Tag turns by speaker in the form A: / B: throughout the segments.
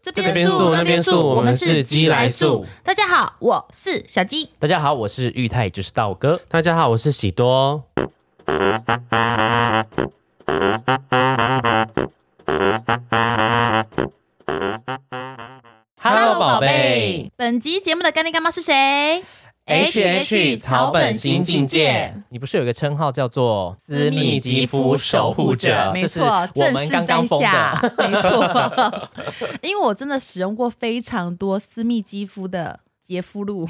A: 这边素那边素我们是鸡来素。
B: 大家好，我是小鸡。
C: 大家好，我是玉泰，就是道哥。
A: 大家好，我是喜多。
C: Hello，宝贝。
B: 本集节目的干爹干妈是谁
A: H H 草本新境界。
C: 你不是有个称号叫做
B: 私密
A: 肌肤守护者
B: 没
C: 这是
B: 错，
C: 我
B: 正
C: 们
B: 是
C: 刚刚
B: 在
C: 封
B: 下
C: 的。，
B: 没错。 因为我真的使用过非常多私密肌肤的洁肤露，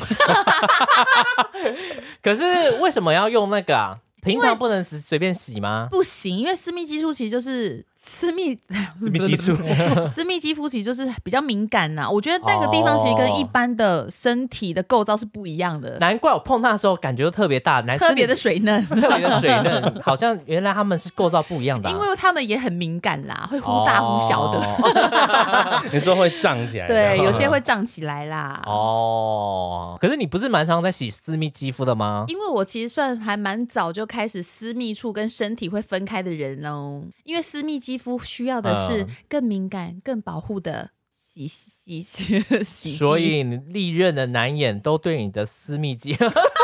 C: 可是为什么要用那个啊？平常不能只随便洗吗？
B: 不行，因为私密肌肤其实就是私密， 私
A: 密肌肤
B: 私密肌肤其实就是比较敏感呐、我觉得那个地方其实
C: 哦
B: 跟一般的身体的构造是不一样的，
C: 难怪我碰它的时候感觉都特别大，难
B: 特别的
C: 真
B: 水 嫩。
C: 的特别的水嫩，好像原来他们是构造 不一样的啊、
B: 因为他们也很敏感啦，会忽大忽小 的，
C: 的
A: 你说会胀起 来？
B: 对，有些会胀起来啦。
C: 哦。可是你不是蛮常在洗私密肌肤的吗？
B: 因为我其实算还蛮早就开始私密处跟身体会分开的人哦，因为私密肌肤需要的是
C: 嗯
B: 更敏感、更保护的洗洗洗洗剂
C: 所以你历任的男眼都对你的私密肌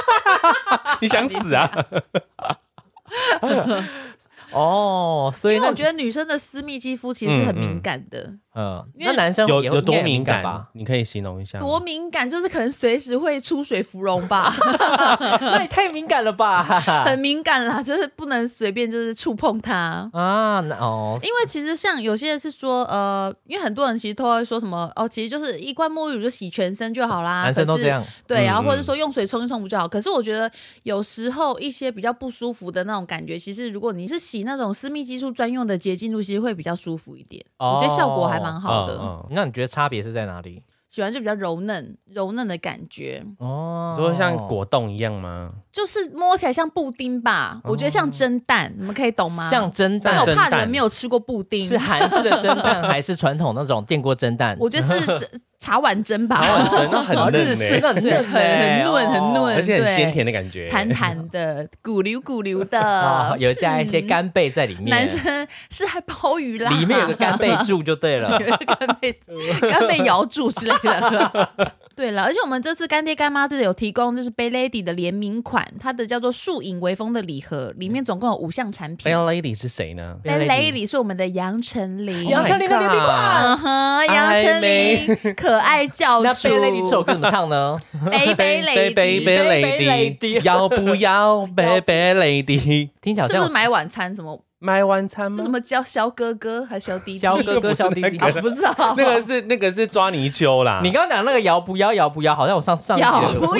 A: 你想死啊？
C: 哦，所以
B: 因为
C: 那
B: 我觉得女生的私密肌肤其实是很敏感的，
C: 嗯，
B: 因为
C: 那男生
A: 有
C: 也
A: 有多
C: 也
A: 敏感
C: 吧？？
A: 你可以形容一下吗。
B: 多敏感就是可能随时会出水芙蓉 吧，
C: 那也太敏感了吧？
B: 很敏感啦，就是不能随便就是触碰它。
C: 啊，那哦，
B: 因为其实像有些人是说，呃，因为很多人其实都会说什么，哦，其实就是一罐沐浴乳就洗全身就好啦，
C: 啊男生都
B: 啊可是
C: 这样，
B: 对，然后
A: 嗯
B: 或者
A: 嗯
B: 说用水冲一冲不就好？可是我觉得有时候一些比较不舒服的那种感觉，其实如果你是洗那种私密技术专用的洁净露，其实会比较舒服一点。我觉得效果还蛮好的，
A: 嗯嗯
C: 哦那你觉得差别是在哪里？
B: 喜欢就比较柔嫩、柔嫩的感觉，
C: 哦
A: 你说像果冻一样吗？
B: 就是摸起来像布丁吧，我觉得像蒸蛋，你们可以懂吗？
C: 哦像蒸
B: 因
C: 蛋
B: 为
A: 像
B: 我怕
A: 蒸
B: 你
A: 蛋
B: 们没有吃过布丁
C: 是，韩式的蒸蛋，还是传统那种电锅蒸蛋？
B: 我觉得 是茶碗蒸吧，
A: 真的很
C: 哦
A: 嫩
C: 日式
A: 呢，
C: 那很
B: 对
C: 嫩
B: 很
C: 欸
B: 很嫩很
C: 哦
B: 嫩
A: 而且
B: 嗯
A: 很
B: 对
A: 鲜甜的感觉。
B: 弹弹的、鼓溜鼓溜
C: 哦
B: 的，
C: 有加一些干贝在里面，
B: 男生是还鲍鱼啦，
C: 里面有个干贝柱就对了。
B: 干被 干被摇住之类的。 对了，而且我们这次干爹干妈这里有提供就是 Bay Lady 的联名款，它的叫做“树影微风”的礼盒，里面总共有五项产
A: b e
B: 品。
A: Lady 是谁呢？
B: Bay
C: 哎 Bay
B: Lady 是我们的杨丞琳，
C: 杨丞琳的联名款
B: 嗯哼，杨丞琳可爱教
C: 那
B: 主
C: 贝雷迪这首歌怎么唱呢？
B: ，Bay Bay Lady。
A: Bay Bay
C: Bay
A: Lady，
C: Lady
A: 要 不要 Bay Bay Lady？
C: 听起来好
B: 是不是
C: 像
B: 买晚餐什么？
A: 买晚餐
B: 是
A: 吗
B: 什？么叫小哥哥还是小弟弟？
C: 肖哥
A: 不
C: 哥、
A: 是
C: 肖弟弟
A: 那。个
B: 啊不是哦，
A: 那个是那个是抓泥鳅啦。
C: 你刚刚讲那个摇不摇摇不摇，好像我上上
B: 要
C: 集
B: 不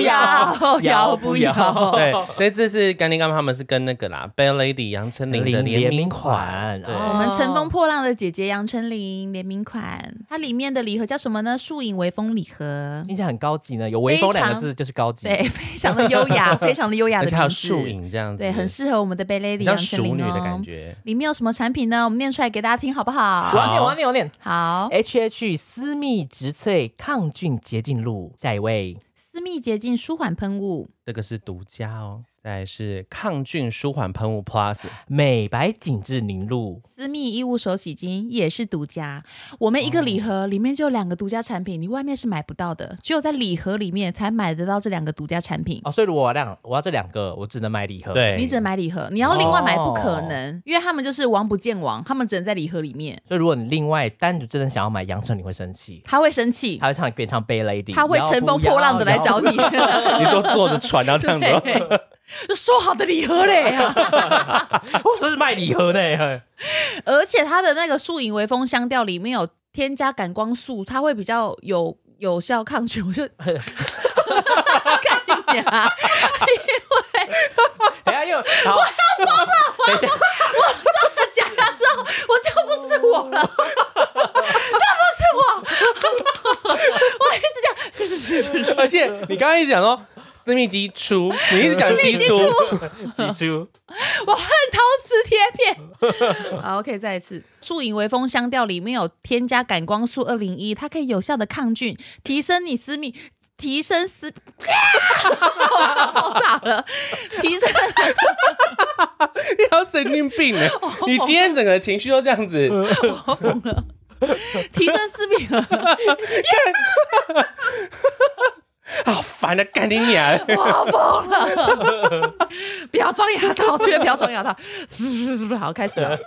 B: 要要不要？
A: 对，这次是干爹干妈他们是跟那个啦 b e Lady 杨丞琳的联
C: 联
A: 名
C: 名
A: 款
C: 款，
A: 对，
C: 哦
B: 我们乘风破浪的姐姐杨丞琳联名款，它里面的礼盒叫什么呢？树影微风礼盒，
C: 听起来很高级呢，有“微风”两个字就是高级。
B: 对，非常的优雅，非常的优雅
A: 而
B: 的，
A: 且还有树，影这样子，
B: 对，很适合我们的贝 lady
A: 比
B: 杨
A: 较
B: 丞
A: 熟
B: 琳
A: 女的感
B: 哦。
A: 觉。
B: 里面有什么产品呢？我们念出来给大家听，好不
C: 我
B: 好？
C: 要念，我要念，我要念。
B: 好，
C: H H 私密植萃抗菌洁净露，下一位
B: 私密洁净舒缓喷雾，
A: 这个是独家哦，再来是抗菌舒缓喷雾 Plus，
C: 美白紧致凝露，
B: 私密衣物手洗巾也是独家。我们一个
C: 哦
B: 礼盒里面就有两个独家产品，你外面是买不到的，只有在礼盒里面才买得到这两个独家产品。
C: 哦，所以如果我要两，我要这两个，我只能买礼盒。，
A: 对，
B: 你只能买礼盒，你要另外买不
C: 哦
B: 可能，因为他们就是王不见王，他们只能在礼盒里面，
C: 所以如果你另外单独真的想要买杨丞，你会生气，
B: 他会生气，
C: 他会唱变唱《Bay Lady》，
B: 他会乘风破浪的来找你。
A: 你说坐着船啊这样子 哦，
B: 对， 就说好的礼盒嘞，
C: 我， 我说是卖礼盒呢。
B: 而且它的那个树影微风香调里面有添加感光素，它会比较有有效抗 菌。我就看你啊呀，
C: 等一 下又好，我要疯了，等一下，
B: 讲了之后我就不是我了， 就不是我， 我一直讲是是是是是。
A: 而且你刚刚一直讲说私密基出，你一直讲基出，
C: 记 住，
B: 我恨陶瓷贴片。 好，OK，再一次，树影微风香调里面有添加感光素二零一，它可以有效的抗菌，提升你私密。提升 私，爆炸了！提升
A: 你要神经病呢？你今天整个情绪都这样子，
B: 我疯了，提升斯敏儿，
A: 好烦啊！干你 娘！
B: 我要疯了！不要装牙套，绝对不要装 牙套。好，开始 了。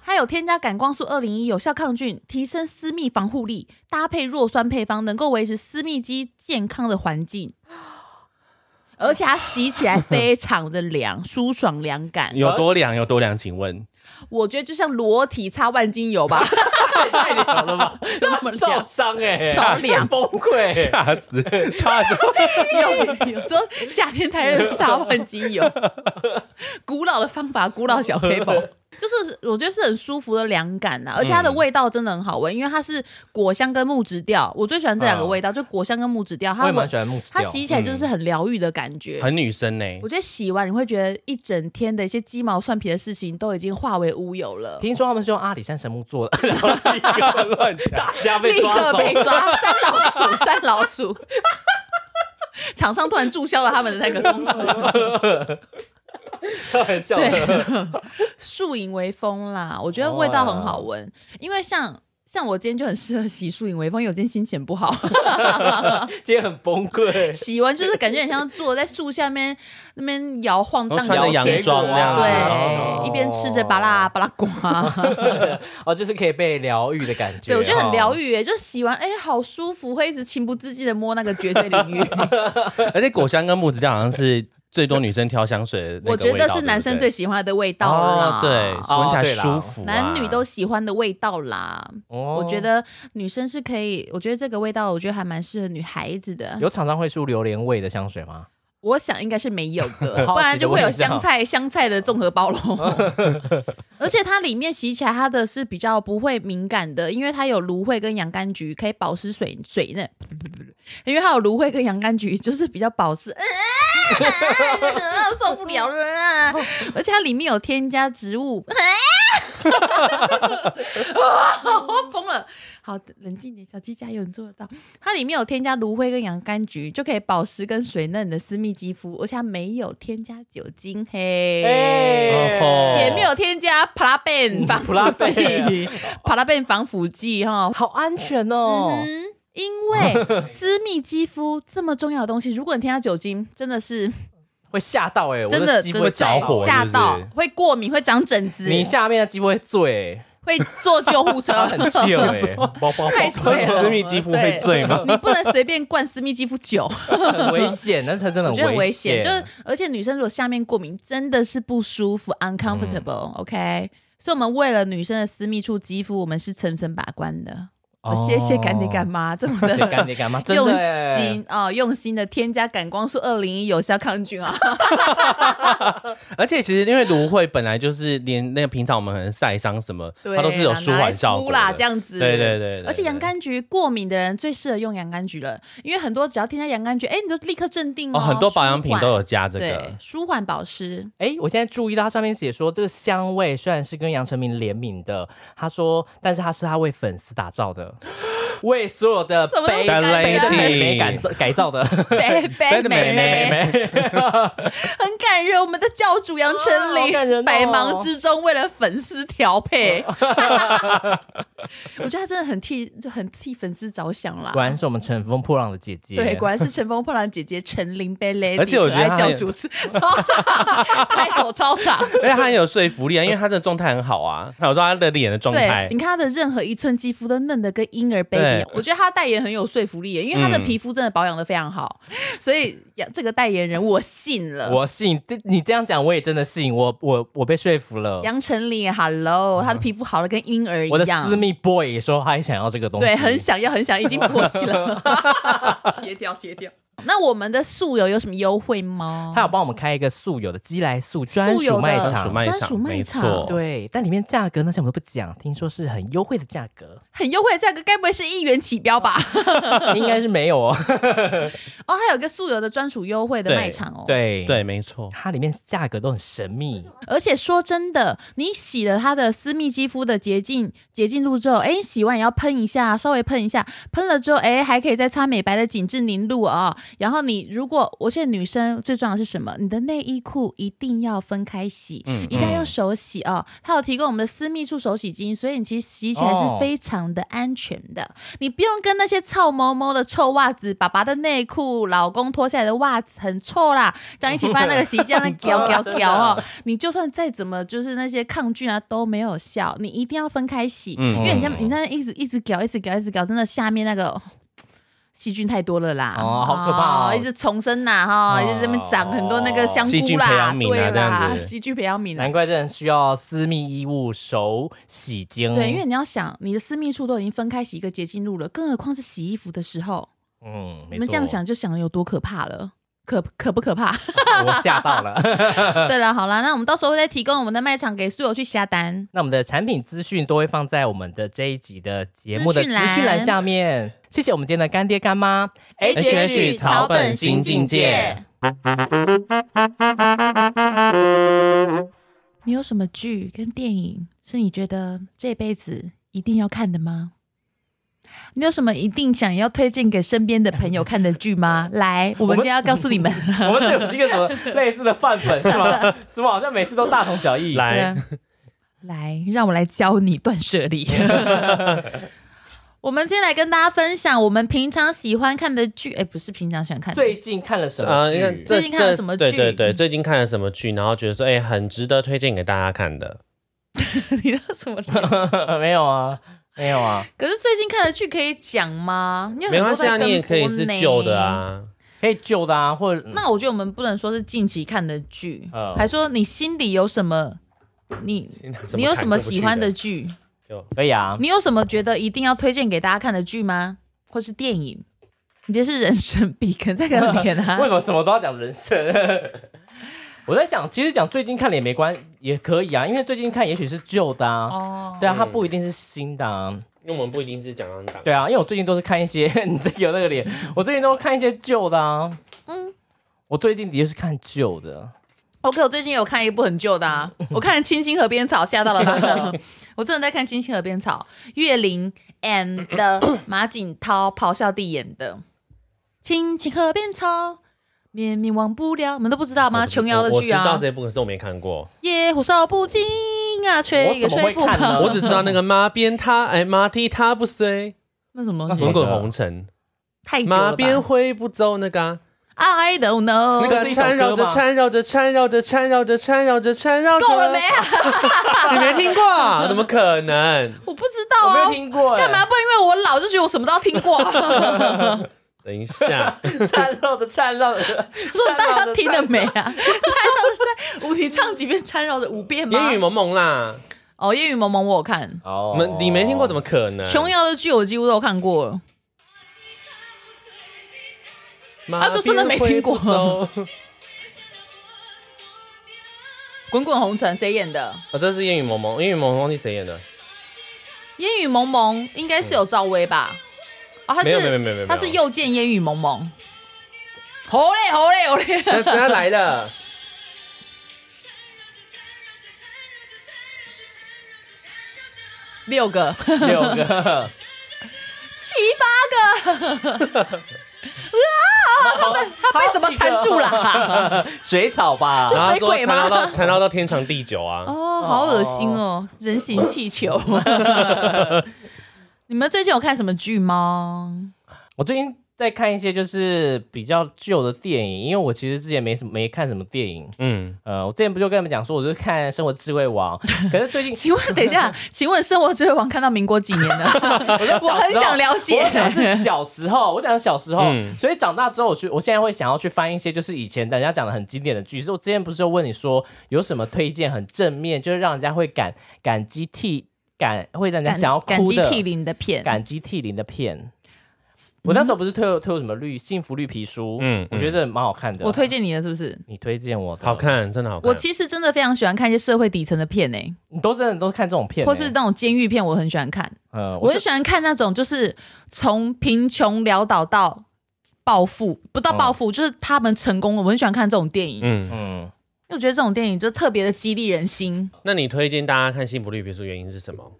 B: 还有添加感光素二零一，有效抗菌，提升私密防护力，搭配弱酸配方，能够维持私密肌健康的环境。 而且它洗起来非常的凉，舒爽凉感。
A: 有多凉有多凉？请问
B: 我觉得就像裸体擦万金油 吧，
C: 太凉了吧，
B: 那么
C: 受
B: 凉。
C: 伤哎、
B: 超凉
C: 崩溃、欸
A: 吓死！差着
B: 有有时候夏天太热，擦万精油。 古老的方法，古老小 paper，就是我觉得是很舒服的凉感啊呐、而且它的味道真的很好闻，因为它是果香跟木质调，我最喜欢这两个味道，就果香跟木质调，
C: 啊我
B: 它
C: 也蛮
B: 闻
C: 喜欢木质
B: 它
C: 调，嗯
B: 洗起来就是很疗愈的感觉。
A: 很女生呢、
B: 我觉得洗完你会觉得一整天的一些鸡毛蒜皮的事情都已经化为乌有了，
C: 听说他们是用阿里山神木做的，
A: 乱讲，
C: 大家被
B: 立
C: 抓
B: 刻
C: 走。
B: 被抓，山老鼠， 山老鼠。厂商突然注销了他们的那个公司，
C: 开玩笑的，
B: 对， 树影微风啦，我觉得味道很好闻，
A: 哦哎
B: 因为像。像我今天就很适合洗树影微风，因为我今天心情不 好，
C: 今天很崩溃。
B: 洗完就是感觉很像坐在树下面那边摇晃荡
A: 然后穿着
B: 摇
A: 洋
B: 水
A: 装
B: 果啊
A: 那样子
B: 对
A: 哦，
B: 一边吃着巴拉巴拉瓜，啊
C: 哦，就是可以被疗愈的感觉。
B: 对我觉得很疗
C: 愈。
B: 愈耶，就是洗完哎、好舒服，会一直情不自禁的摸那个绝对领 域，
A: 而且果香跟木质调好像是最多女生挑香水的那个
B: 我觉
A: 味道
B: 得是男生
A: 对
B: 最
A: 不
B: 喜欢的味
A: 对
B: 道啦，
A: 哦，对，闻起来
C: 哦对啦
A: 舒服啊、
B: 男女都喜欢的味道啦。
C: 我
B: 我觉得女生是可以，我觉得这个味道，我觉得还蛮适合女孩子的。
C: 有厂商会出榴莲味的香水吗？
B: 我想应该是没有的，
C: 好
B: 不然
C: 奇
B: 就
C: 的
B: 会有
C: 味道
B: 香菜香菜的综合 包喽。而且它里面洗起来，它的是比较不会敏感的，因为它有芦荟跟洋甘菊，可以保湿水水嫩。 因为它有芦荟跟洋甘菊，就是比较保 湿。啊受不了了啊啦！而且它里面有添加植物。 啊我疯了。好，冷静点，小鸡加油，你做得到。它里面有添加芦荟跟洋甘菊，就可以保湿跟水嫩的私密肌肤，而且它没有添加酒精，嘿，
C: 哎
A: 哦吼
B: 也没有添加 p a r a b e n 防腐剂 p a r a b e n 防腐剂哈。
C: 好安全哦。
B: 嗯，因为私密肌肤这么重要的东西，如果你添加酒精，真的是
C: 会吓到哎、欸，
B: 真的
C: 肌
B: 真
C: 肤
B: 的
C: 会
A: 着火
B: 吓到
A: 是不，
B: 会过敏，会长疹子，
C: 你下面的肌肤会醉、欸
B: 会坐救护 车，
C: 欸，很 chill 哎、欸， 包包
B: 太
A: 所
B: 醉
A: 以
B: 了，
A: 私密肌肤会
B: 对
A: 醉吗？
B: 你不能随便灌私密肌肤酒。
C: 很危险，但是它真的
B: 我觉得
C: 很
B: 很危
C: 险，
B: 险，就是而且女生如果下面过敏，真的是不舒服，uncomfortable，OK、所以，我们为了女生的私密处肌肤，我们是层层把关的。哦、谢谢干爹干
C: 嘛，
B: 妈这么
C: 谢谢干
B: 的
C: 爹干妈，真
B: 用
C: 的欸
B: 心哦，用心的添加感光素二零一有效抗 菌啊。
A: 而且其实因为芦荟本来就是连那个平常我们可能晒伤什么，
B: 对，
A: 它都是有
B: 拿
A: 舒
B: 来
A: 缓效
B: 敷
A: 果
B: 啦，
A: 的
B: 这样子。
A: 对对对对
B: 而且洋
A: 对
B: 甘菊过敏的人最适合用洋甘菊了，因为很多只要添加洋甘菊，哎，你就立刻镇定
A: 哦，很多保
B: 舒
A: 养品
B: 缓
A: 都有加这
B: 对
A: 个，
B: 舒缓保 湿。
C: 哎、我现在注意到它上面写说，这个香味虽然是跟杨丞琳联名的，他说，但是他是他为粉丝打造的，为所有的
B: 怎么那么
C: 北
A: 感
C: 北的
A: 人
C: 美眉改造改造的
B: 白白
A: 的
B: 美眉
A: 美眉。
C: 美眉，
B: 很感人，我们的教主杨丞
C: 啊好
B: 琳、
C: 感人哦
B: 百忙之中为了粉丝调 配，我觉得他真的很替就很替粉丝着想啦
C: 果。然是我们乘风破浪的姐姐，
B: 对，果然是乘风破浪姐姐陈琳贝雷，
A: 而且我觉得
B: 可爱
A: 她
B: 教
A: 也
B: 主是超长，开口超长。
A: 而且它很有说服力啊，因为它的状态很好啊。还有说它的脸的状
B: 对
A: 态，
B: 你，看她的任何一寸肌肤都嫩的跟婴儿 baby，
A: 对
B: 我觉得她代言很有说服力耶，因为她的
A: 嗯
B: 皮肤真的保养的非常好，所以呀这个代言人我信了。
C: 我信，这你这样讲我也真的信，我我我被说服了，
B: 杨丞琳，Hello，她的皮肤好的跟婴儿一样。
C: 嗯我的私密 boy 也说他也想要这个东西，
B: 对，很想要，很想，已经过 期了，切掉，切掉。那我们的素油有什么优惠吗？
C: 他有帮我们开一个素有的鸡来素专
B: 素有
C: 属
B: 的
C: 卖
A: 专属
C: 场。
A: 卖
B: 专属
A: 场，
B: 卖
A: 没
B: 场
A: 错，
C: 对，但里面价格那些我们都不讲，听说是很优惠的价 格，
B: 很优惠的价格，该不会是一元起标吧？
C: 应该是没有哦。
B: 哦，还有一个素油的专属优惠的卖场哦。，
C: 对
A: 对，没错。
C: 它里面价格都很神秘，
B: 而且说真的，你洗了它的私密肌肤的洁净洁净露之后，哎，洗完也要喷一下，稍微喷一下，喷了之后，哎，还可以再擦美白的紧致凝露啊、然后你如果我现在女生最重要的是什么？你的内衣裤一定要分开洗，
A: 嗯
B: 一定要用手洗哦。它有提供我们的私密处手洗巾，所以你其实洗起来
C: 哦
B: 是非常的安全的。你不用跟那些臭毛毛的臭袜子、爸爸的内裤、老公脱下来的袜子很臭啦，这样一起放在那个 洗衣机那搅搅
C: 真的
B: 搅哦。你就算再怎么就是那些抗菌啊都没有效，你一定要分开洗，
A: 嗯
B: 因为你这样你这样一直一直搞一直搞一直搞，真的下面那个。细菌太多了啦，
C: 哦好可怕哦
B: 一直重生呐，哈，
C: 哦
B: 一直这边长很多那个香
A: 细
B: 菇
A: 菌
B: 啦，
A: 培养皿啊
B: 对
A: 这样
B: 啦，
A: 子
B: 细菌培养皿啊
C: 难怪真的需要私密衣物手洗哦精。
B: 对，因为你要想，你的私密处都已经分开洗一个洁净露了，更何况是洗衣服的时候，
C: 嗯，
B: 你
C: 没
B: 们这样
C: 错，
B: 想就想有多可怕了。可可不可怕？
C: 嗯我吓到了。
B: 对了，好啦，那我们到时候会再提供我们的卖场给苏友去下单。
C: 那我们的产品资讯都会放在我们的这一集的节目的
B: 资讯
C: 资
B: 栏
C: 讯栏下面。谢谢我们今天的干爹干妈
A: HH 草本新境界。
B: 你有什么剧跟电影是你觉得这辈子一定要看的吗？你有什么一定想要推荐给身边的朋友看的剧吗？来，我们今天要告诉你们，
C: 我们是有一个什么类似的范本是 吗？怎么好像每次都大同小异？
A: 来
B: 对啊 来，让我来教你断舍离。我们今天来跟大家分享我们平常喜欢看的剧，哎，不是平常喜欢看的，
C: 最近看了什
A: 啊，
C: 么
A: 你看
C: 剧？呃
A: 这
B: 最近看了
A: 这
B: 什么
A: 对
B: 剧
A: 对对，最近看了什么剧？然后觉得说，哎，很值得推荐给大家看的。
B: 你知道什么脸？
A: 呃
C: 没有啊，没有啊，
B: 可是最近看的剧可以讲吗？因为
A: 没
B: 很多
A: 关系啊，
B: 在跟
A: 你也可以是
B: 播呢
A: 旧的。啊。
C: 可以旧的啊，或者
B: 那我觉得我们不能说是近期看的剧，
C: 嗯
B: 还说你心里有什么，你你有什么喜欢的？剧？啊
C: 可以啊。
B: 你有什么觉得一定要推荐给大家看的剧吗？或是电影？你这是人生必 看这个脸啊
C: 为！什么什么都要讲人生？ 我在想，其实讲最近看了也没关，也可以啊，因为最近看也许是旧的啊，
B: 哦，
C: 对啊，它
A: 嗯
C: 不一定是新的啊。
A: 因为我们不一定是讲到档。
C: 对啊，因为我最近都是看一些 你这个有那个脸，我最近都看一些旧的啊。
B: 嗯哦
C: 嗯，我最近的确是看旧的，
B: OK，我最近有看一部很旧的啊，我看《清新河边草》吓到了大家。我真的在看《清新河边草》，岳林 and 马景涛、咆哮帝演的《清新河边草》，绵绵忘不了，你们都不知道
A: 我
B: 吗？
A: 不知
B: 琼瑶的
A: 我
B: 剧
A: 我知道
B: 啊，
A: 这部，可是我没看过。
B: 夜火烧不尽啊，吹也
C: 我怎
B: 吹
C: 么会
B: 不
C: 看呢
B: 跑。
A: 我只知道那个马鞭他，哎，马蹄踏不碎，
B: 那什么东
C: 那什
B: 西
A: 滚
C: 么
A: 滚 红尘，
B: 太久
A: 马
B: 了
A: 鞭
B: 吧
A: 挥不走那个啊，
B: ？I don't
A: 那
B: know，
A: 个
C: 是一首歌
A: 缠绕着
C: 吗
A: 缠绕着缠绕着缠绕着缠绕着缠绕着，
B: 够了没？ 啊？
A: 你没听过 啊？怎么可能？
B: 我不知道
C: 我没
B: 啊
C: 有，听过、欸。
B: 干嘛？不能因为我老就觉得我什么都要听过啊？
A: 等一下，
C: 缠绕着缠 绕 着？
B: 说大家听了没 啊？缠绕着在舞你唱几遍，缠绕着五遍吗
A: 烟？雨蒙蒙啦，
B: 哦，烟雨蒙蒙我有看，
C: 哦
A: 我们你没听过怎么？可能？
B: 琼瑶的剧我几乎都有看过了。
A: 马
B: 啊这真的没听过
A: 鞭挥不走
B: 滚滚红尘谁演的？
A: 哦，这是烟雨蒙蒙，烟雨蒙蒙忘记谁 演的？
B: 烟雨蒙蒙应该是有赵薇吧？啊，他
A: 嗯没有没有没
B: 是
A: 有没有没有，
B: 他是又见烟雨蒙蒙。好嘞好嘞好嘞！
A: 等他来了。
B: 六 个
C: 六 个，
B: 七八个，
C: 他
B: 被什么缠住了？啊？
C: 水草 吧？
B: 这
A: 然后他
B: 水
A: 说
B: 鬼吗
A: 缠绕到缠绕到天长地久啊！
B: 哦，好恶心哦，人形气 球。你们最近有看什么剧吗？
C: 我最近在看一些就是比较旧的电影，因为我其实之前没什么没看什么电影。
A: 嗯，
C: 呃，我之前不就跟你们讲说，我就看《生活智慧王》，可是最近
B: 请问，等一 下，请问《生活智慧王》看到民国几年呢？ 我很想了解
C: 我讲是小时候，我讲的是小时候，
A: 嗯
C: 所以长大之后，我去，我现在会想要去翻一些就是以前人家讲的很经典的剧。所以我之前不是有问你说有什么推荐很正面，就是让人家会感感激涕感，会让人家想要
B: 感
C: 哭
B: 激
C: 的
B: 涕零的片，
C: 感激涕零的片。我那时候不是推推我什么绿幸福绿皮书，
A: 嗯
C: 嗯，我觉得这蛮好看的。
B: 我推荐你的是不是？
C: 你推荐我的，
A: 好，看，真的好看。
B: 我其实真的非常喜欢看一些社会底层的片诶、
C: 你都真的都看这种片欸、
B: 或是那种监狱片，我很喜欢看。
C: 呃，
B: 我
C: 我就
B: 很喜欢看那种就是从贫穷潦倒到暴富，不到暴富，就是他们成功了。我很喜欢看这种电影，因
A: 嗯，
C: 嗯，
B: 为我觉得这种电影就特别的激励人心。
A: 那你推荐大家看《幸福绿皮书》原因是什么？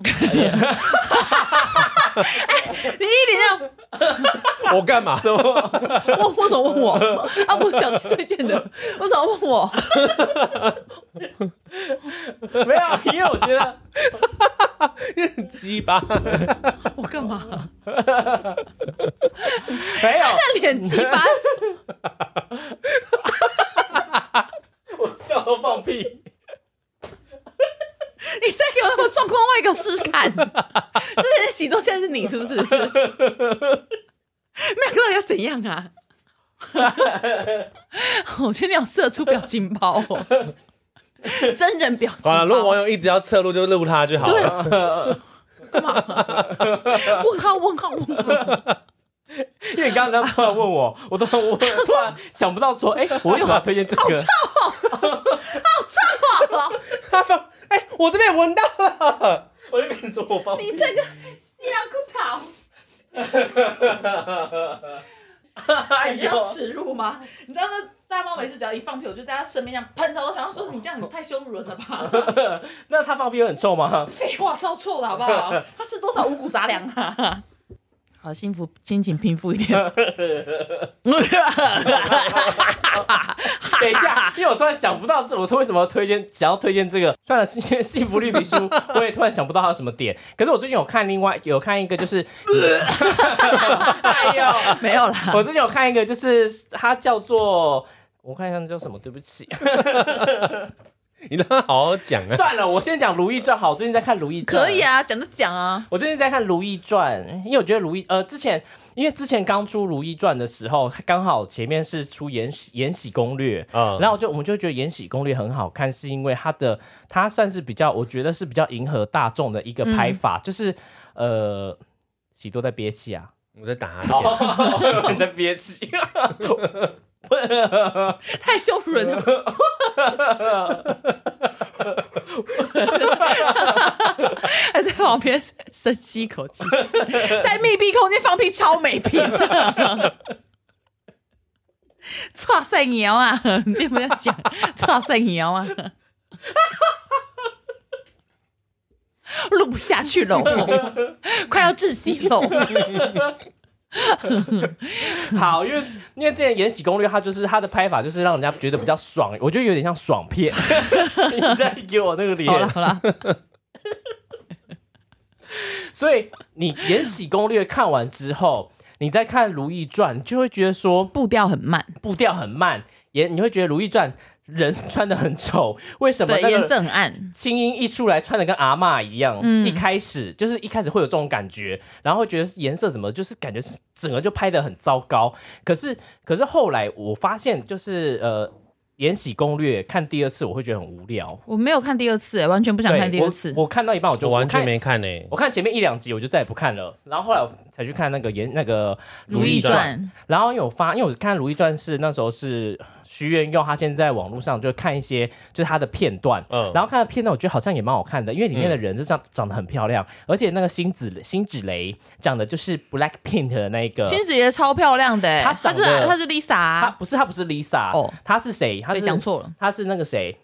B: 你一脸这样
A: 我干嘛？
B: 我为什么问我？啊，我想吃推荐的，为什么问我？
C: 没有，因为我觉得
A: 鸡巴！
B: 我干嘛？
C: 没有，
B: 那脸鸡巴，
C: 我笑都放屁。
B: 你再给我那么状况外一个试试看。之前是喜多，现在是你，是不 是？那个到底要怎样啊？ 我觉得你要射出表情包哦，真人表情
A: 好
B: 包。
A: 了，如果网友一直要侧录，就录他就好了。
B: 干嘛？问号问号问号！
C: 因为你刚刚这样突然问我， 我都我突然想不到说，哎、我为什么要推荐这个？
B: 哦
A: 他放，哎，我这边闻到了。
C: 我就跟你说我放屁。
B: 这个 你两裤 跑，
C: 哎
B: 你知道耻辱吗？ 你知道那大猫每次只要一放屁，我就在他身边这样喷头，我想要说你这样你太羞辱人了 吧？
C: 那他放屁会很臭 吗？
B: 废话，超臭的好不好？他吃多少五谷杂粮啊？好，幸福心情平复一 点。
C: 等一下，因为我突然想不到这，我为什么要推荐，想要推荐这个？算了，是因为幸福绿皮书， 我也突然想不到它有什么点。可是我最近有看另外有看一个， 就是，哎呦，
B: 没有啦，
C: 我最近有看一个，就是它叫做。我看一下那叫什么，对不起，
A: 你让他好好讲啊！
C: 算了，我先讲《如懿传》好，我最近在看《如懿传》，
B: 可以 啊，讲就讲啊。
C: 我最近在看《如懿传》，因为我觉得《如懿》呃，之前因为之前刚出《如懿传》的时候，刚好前面是出延禧《延禧攻略》，
A: 嗯，
C: 然后我就我们就觉得《延禧攻略》很好看，是因为它的它算是比较，我觉得是比较迎合大众的一个拍法，就是呃，喜多在憋气啊，
A: 我在打哈 欠。
C: 你在憋气，
B: 太羞辱人了。 还在旁边深吸一口气，在密闭空间放屁超没品的。哇塞鸟啊！你这不要讲，哇塞鸟啊！录不下去了，我快要窒息了。
C: 好，因为因为之前《延禧攻略》它就是它的拍法，就是让人家觉得比较爽，我觉得有点像爽片， 你在给我那个 脸
B: 好，了好了，
C: 所以你《延禧攻略》看完之后，你再看《如懿传》，就会觉得说
B: 步调很慢，
C: 步调很慢，也你会觉得《如懿传》人穿的很丑，为什么
B: 对，
C: 那
B: 颜
C: 个
B: 色很暗。
C: 青音一出来穿的跟阿嬷一样？
B: 嗯
C: 一开始就是一开始会有这种感觉，然后会觉得颜色怎么就是感觉是整个就拍的很糟糕。可是可是后来我发现就是呃。《延禧攻略》看第二次我会觉得很无聊，
B: 我没有看第二次，完全不想
C: 对
B: 看第二次。
C: 我。我看到一半我就
A: 我完
C: 看
A: 全没看呢、
C: 我看前面一两集，我就再也不看了。然后后来我才去看那个演那个《
B: 如
C: 懿
B: 懿
C: 传》，
B: 传，
C: 然后因为我发，因为我看《如懿传》是那时候是徐元佑，他现在网络上就看一些就是他的片段。
A: 嗯，
C: 然后看了片段，我觉得好像也蛮好看的，因为里面的人就
B: 嗯
C: 长长得很漂亮，而且那个辛芷辛芷蕾讲的就是 Black Pink 的那一个，
B: 星子也超漂亮的欸，
C: 她
B: 呃她
C: 长
B: 是
C: 得
B: 她是 Lisa，
C: 她
B: 啊
C: 不是她不是 Lisa，
B: 哦
C: 她是谁？她
B: 对，
C: 是
B: 讲，错了，
C: 她是那个谁？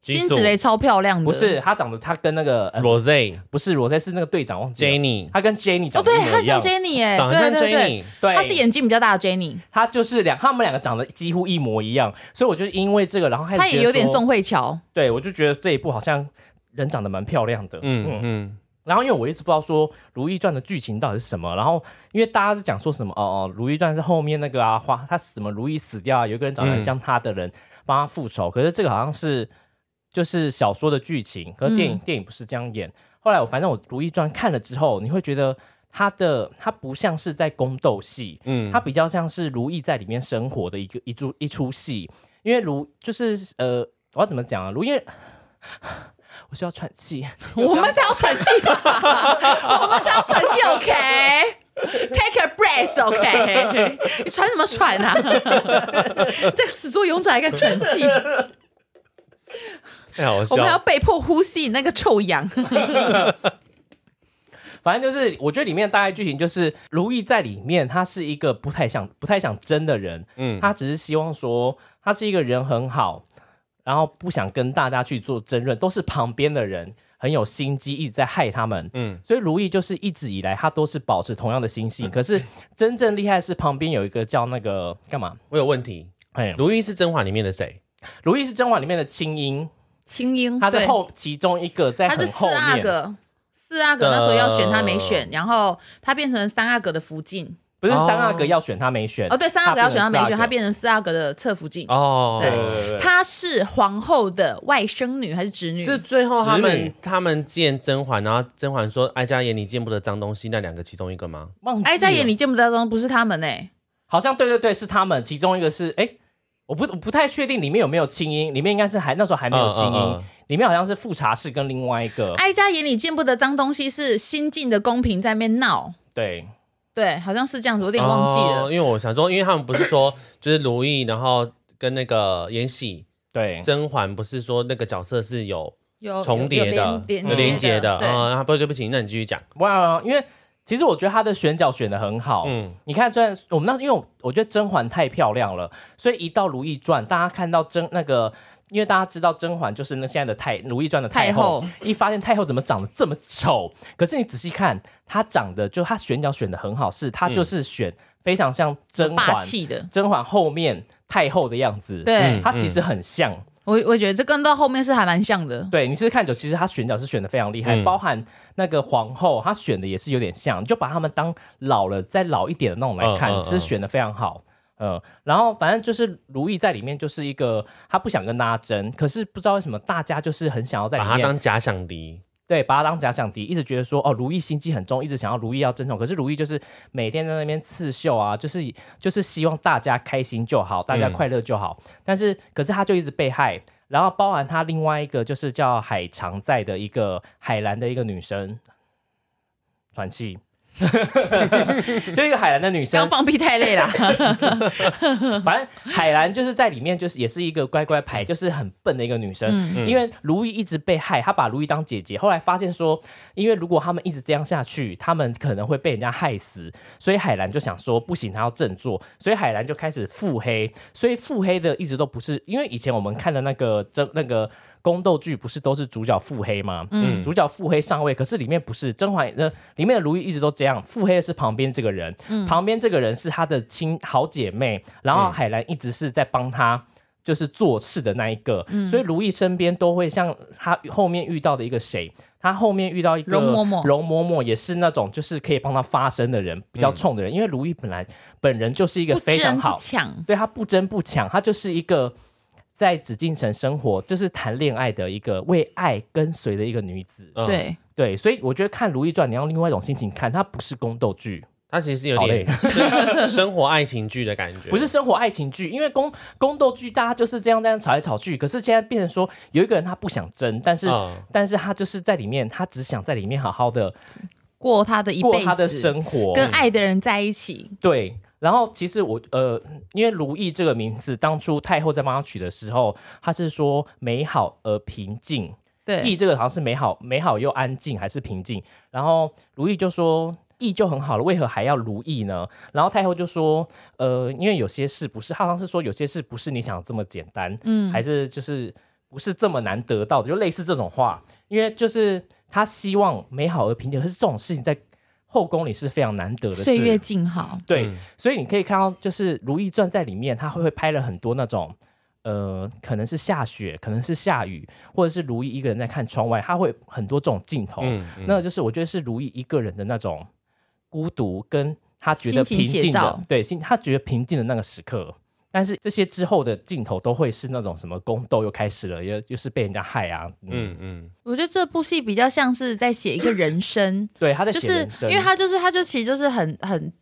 A: 激素
B: 星子雷超漂亮的，
C: 不是她长得她跟那个、呃、
A: Rose、
B: 哎
C: 不是罗塞是那个队长忘记了，
A: Jenny
C: 她跟 Jenny
B: 哦，
C: 长得
B: 对
C: 一，模
B: 她
C: 一
B: 像
C: 样，
B: Jenny 哎，
A: 长得
B: 对
A: 像
B: 对对，
A: Jenny，
C: 对，
B: 她是眼睛比较大的 Jenny，
C: 他就是两，他们两个长得几乎一模一样，所以我就因为这个，然后开始
B: 她也
C: 觉得
B: 有点
C: 说，
B: 宋慧乔，
C: 对我就觉得这一部好像人长得蛮漂亮的，嗯
A: 嗯
C: 嗯。
A: 嗯，
C: 然后因为我一直不知道说《如懿传》的剧情到底是什么，然后因为大家都讲说什么哦哦，《如懿传》是后面那个啊，花他什么如懿死掉啊，有一个人长得很像他的人、帮他复仇，可是这个好像是就是小说的剧情，可是电影、
B: 嗯
C: 电影不是这样演。后来我反正我《如懿传》看了之后，你会觉得他的他不像是在宫斗戏，
A: 嗯
C: 它比较像是如懿在里面生活的一个一出一出戏，因为如就是呃，我要怎么讲啊？如懿， 我需要喘气。
B: 我们才要喘 气吧，我们才要喘气，OK。Take a breath, OK？你喘什么喘 啊？这个始作俑者还敢喘气，
A: 太好
B: 我
A: 笑
B: 们还要
A: 了。
B: 被迫呼吸，你那个臭氧。
C: 反正就是，我觉得里面大概剧情就是，如懿在里面，她是一个不太想不太想争的人，
A: 嗯，
C: 她只是希望说，她是一个人很好，然后不想跟大家去做争论，都是旁边的人。很有心机，一直在害他们。嗯，所以如意就是一直以来他都是保持同样的心
A: 嗯
C: 性，可是真正厉害是旁边有一个叫那个干嘛？
A: 我有问题，
C: 哎，
A: 如懿是甄嬛里面的谁？
C: 如意是甄嬛里面的清音，
B: 清音，
C: 她是
B: 对
C: 后其中一个在
B: 他是
C: 很后
B: 四阿
C: 面，
B: 哥，四阿哥那时候要选他没选，然后他变成三阿哥的福晋。
C: 不是
A: 哦
C: 三阿哥要选他没选
B: 哦，对，三阿哥要选他没选，他
C: 他
B: 变成四阿哥的侧福晋。
A: 哦
C: 对对对对对，
B: 她是皇后的外甥女还是侄
C: 嗯
B: 女？
A: 是最后他
C: 侄女
A: 们他们见甄嬛，然后甄嬛说：“哀家爷，你见不得脏东西。”那两个其中一个吗？
C: 忘记
B: 哀家眼
C: 了
B: 里见不得光，不是他们哎、
C: 好像对对对，是他们其中一个是哎、我不我不太确定里面有没有清音，里面应该是还那时候还没有清音，
A: 嗯嗯嗯
C: 里面好像是富察氏跟另外一个
B: 哀家眼里见不得脏东西是新晋的宫嫔在那边闹，
C: 对
B: 对，好像是这样子，我有点忘记了。
A: 哦因为我想说，因为他们不是说就是如懿，然后跟那个延禧、
C: 对
A: 甄嬛，不是说那个角色是有
B: 哦有
A: 重叠的、
B: 有
A: 有连
B: 连
A: 接的。
B: 对，
A: 嗯，啊不对不起，那你继续讲。
C: 哇，因为其实我觉得他的选角选的很好，
A: 嗯，
C: 你看，虽然我们那时因为我我觉得甄嬛太漂亮了，所以一到《如懿传》，大家看到甄那个，因为大家知道甄嬛就是那现在的太《如懿传》的太后，
B: 太后
C: 一发现太后怎么长得这么丑，可是你仔细看，她长得就她选角选的很好，是她就是选非常像甄
B: 霸
C: 嬛，
B: 气的。
C: 甄嬛后面太后的样子，
B: 对、
A: 嗯
C: 她其实很像。
B: 我，我觉得这跟到后面是还蛮像的。
C: 对，你是看久，其实她选角是选的非常厉害，
A: 嗯
C: 包含那个皇后，她选的也是有点像，你就把他们当老了再老一点的那种来看，
A: 嗯嗯嗯
C: 是选的非常好。嗯，然后反正就是如懿在里面就是一个，她不想跟大家争，可是不知道为什么大家就是很想要在
A: 把
C: 里
A: 它
C: 面，
A: 当假想敌。
C: 对，把她当假想敌，一直觉得说哦，如懿心机很重，一直想要如懿要争宠，可是如懿就是每天在那边刺绣啊，就是就是希望大家开心就好，大家
A: 嗯
C: 快乐就好，但是可是他就一直被害，然后包含他另外一个就是叫海常在的一个海兰的一个女生，喘气， 就一个海兰的女
B: 刚
C: 生，
B: 放屁太累啦，
C: 反正海兰就是在里面就是也是一个乖乖牌，就是很笨的一个女生，
B: 嗯
C: 因为如懿一直被害，她把如懿当姐姐，后来发现说，因为如果他们一直这样下去，他们可能会被人家害死，所以海兰就想说不行，她要振作，所以海兰就开始腹黑，所以腹黑的一直都不是，因为以前我们看的那个真那个宫斗剧不是都是主角腹黑吗？嗯，主角腹黑上位，可是里面不是甄嬛呃里面的如懿一直都这样，腹黑的是旁边这个人，
B: 嗯
C: 旁边这个人是她的亲好姐妹，然后海兰一直是在帮她。就是做事的那一个，
B: 嗯
C: 所以如懿身边都会像她后面遇到的一个谁，她后面遇到一个
B: 容嬷嬷
C: 容嬷嬷也是那种就是可以帮她发声的人，比较冲的人，因为如懿本来本人就是一
B: 嗯
C: 个
B: 不
C: 非常
B: 争不
C: 好，
B: 抢。
C: 对她不争不抢，她就是一个在紫禁城生活，就是谈恋爱的一个为爱跟随的一个女子。
A: 嗯，
B: 对，
C: 对，所以我觉得看《如懿传》，你要用另外一种心情看，它不是宫斗剧，
A: 它其实有
C: 好
A: 点生生活爱情剧的感觉。
C: 不是生活爱情剧，因为宫宫斗剧大家就是这样这样吵来吵去，可是现在变成说有一个人他不想争，但是、
A: 嗯
C: 但是他就是在里面，他只想在里面好好的
B: 过他的一
C: 过
B: 辈子，
C: 他的生活，
B: 跟爱的人在一起，
C: 对，然后其实我呃，因为如懿这个名字，当初太后在帮她取的时候，她是说美好而平静，
B: 对，
C: 懿这个好像是美好、美好又安静，还是平静？然后如懿就说。懿就很好了，为何还要如懿呢？然后太后就说：“呃，因为有些事不是，她好像是说有些事不是你想的这么简单，嗯，还是就是不是这么难得到的，就类似这种话。因为就是她希望美好而平静，可是这种事情在后宫里是非常难得的事。
B: 岁月静好，
C: 对，
A: 嗯
C: 所以你可以看到，就是《如懿传》在里面，它会会拍了很多那种，呃，可能是下雪，可能是下雨，或者是如懿一个人在看窗外，它会很多这种镜头。
A: 嗯，嗯
C: 那就是我觉得是如懿一个人的那种孤独，跟她觉得
B: 心情
C: 平
B: 写
C: 静
B: 照
C: 的，对，心她觉得平静的那个时刻。但是这些之后的镜头都会是那种什么宫斗又开始了，又又是被人家害啊，嗯，
A: 嗯嗯，
B: 我觉得这部戏比较像是在写一个人生，
C: 对，他在
B: 就
C: 写
B: 是
C: 人生，
B: 因为他就是他就其实就是很很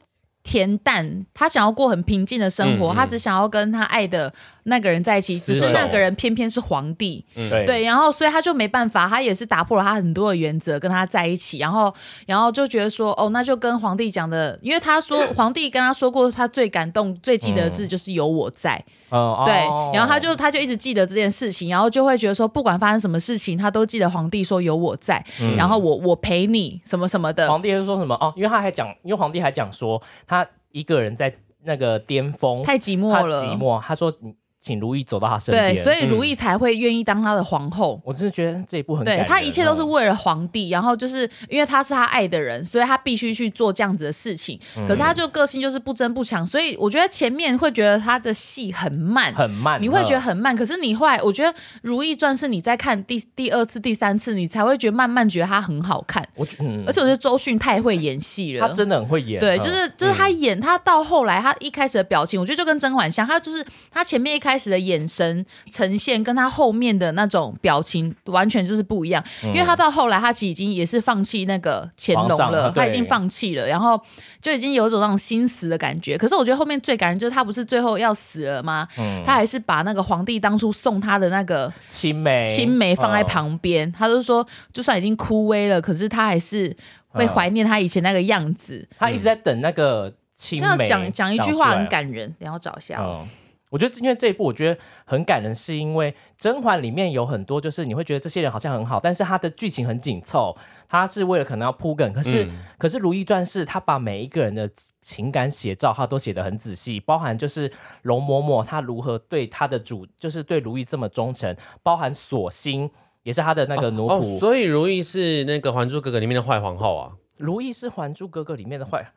B: 恬淡，他想要过很平静的生活，
A: 嗯嗯
B: 他只想要跟他爱的那个人在一起，只
A: 厮
B: 是
C: 守
B: 那个人偏偏是皇帝，
C: 对
B: 对，然后所以他就没办法，他也是打破了他很多的原则，跟他在一起，然后然后就觉得说，哦，那就跟皇帝讲的，因为他 说皇帝跟他说过，他最感动、最记得的字就是有我在，
C: 嗯
B: 对
C: 哦，
B: 然后他就他就一直记得这件事情，然后就会觉得说，不管发生什么事情，他都记得皇帝说有我在，然后我我陪你什么什么的，
C: 嗯皇帝就说什么哦，因为他还讲，因为皇帝还讲说他一个人在那个巅峰，
B: 太寂寞
C: 他
B: 了，
C: 寂寞，他说你请如懿走到他身边。
B: 对，所以如
C: 嗯
B: 懿才会愿意当他的皇后。
C: 我真的觉得这一部很感
B: 对
C: 人
B: 他一切都是
C: 哦
B: 为了皇帝，然后就是因为他是他爱的人，所以他必须去做这样子的事情。
C: 嗯
B: 可是他就个性就是不争不抢，所以我觉得前面会觉得他的戏很慢，
C: 很慢，
B: 你会觉得
C: 嗯
B: 很慢。可是你后来，我觉得《如懿传》是你在看第第二次、第三次，你才会觉得慢慢觉得它很好看。
C: 我觉嗯
B: 而且我觉得周迅太会演戏了，
C: 他真的很会演，
B: 对，
C: 嗯
B: 就是就是他演、他到后来他一开始的表情，我觉得就跟甄嬛像，他就是他前面一开始的眼神呈现，跟他后面的那种表情完全就是不一样。
C: 嗯
B: 因为他到后来他其实已经也是放弃那个乾隆
C: 皇上
B: 了，
C: 了
B: 他已
C: 对
B: 经放弃了，然后就已经有一种那种心死的感觉。可是我觉得后面最感人就是他不是最后要死了吗？
C: 嗯
B: 他还是把那个皇帝当初送他的那个
C: 青梅
B: 青梅放在
C: 嗯
B: 旁边，他就说就算已经枯萎了，可是他还是会
C: 嗯
B: 怀念他以前那个样子。
C: 他一直在等那个青
B: 这样
C: 梅
B: 讲讲一句
C: 长
B: 话
C: 出来
B: 很感人，然后找一下。
C: 嗯，我觉得因为这一部我觉得很感人，是因为《甄嬛》里面有很多就是你会觉得这些人好像很好，但是他的剧情很紧凑，他是为了可能要铺梗，可是、
A: 嗯
C: 可是《如懿传》是他把每一个人的情感写照，他都写得很仔细，包含就是容嬷嬷她如何对她的主，就是对如懿这么忠诚，包含锁心。也是她的那个奴
A: 哦，
C: 仆，
A: 所以如懿是那个《还珠格格》里面的坏皇后啊。
C: 如懿是《还珠格格》里面的坏，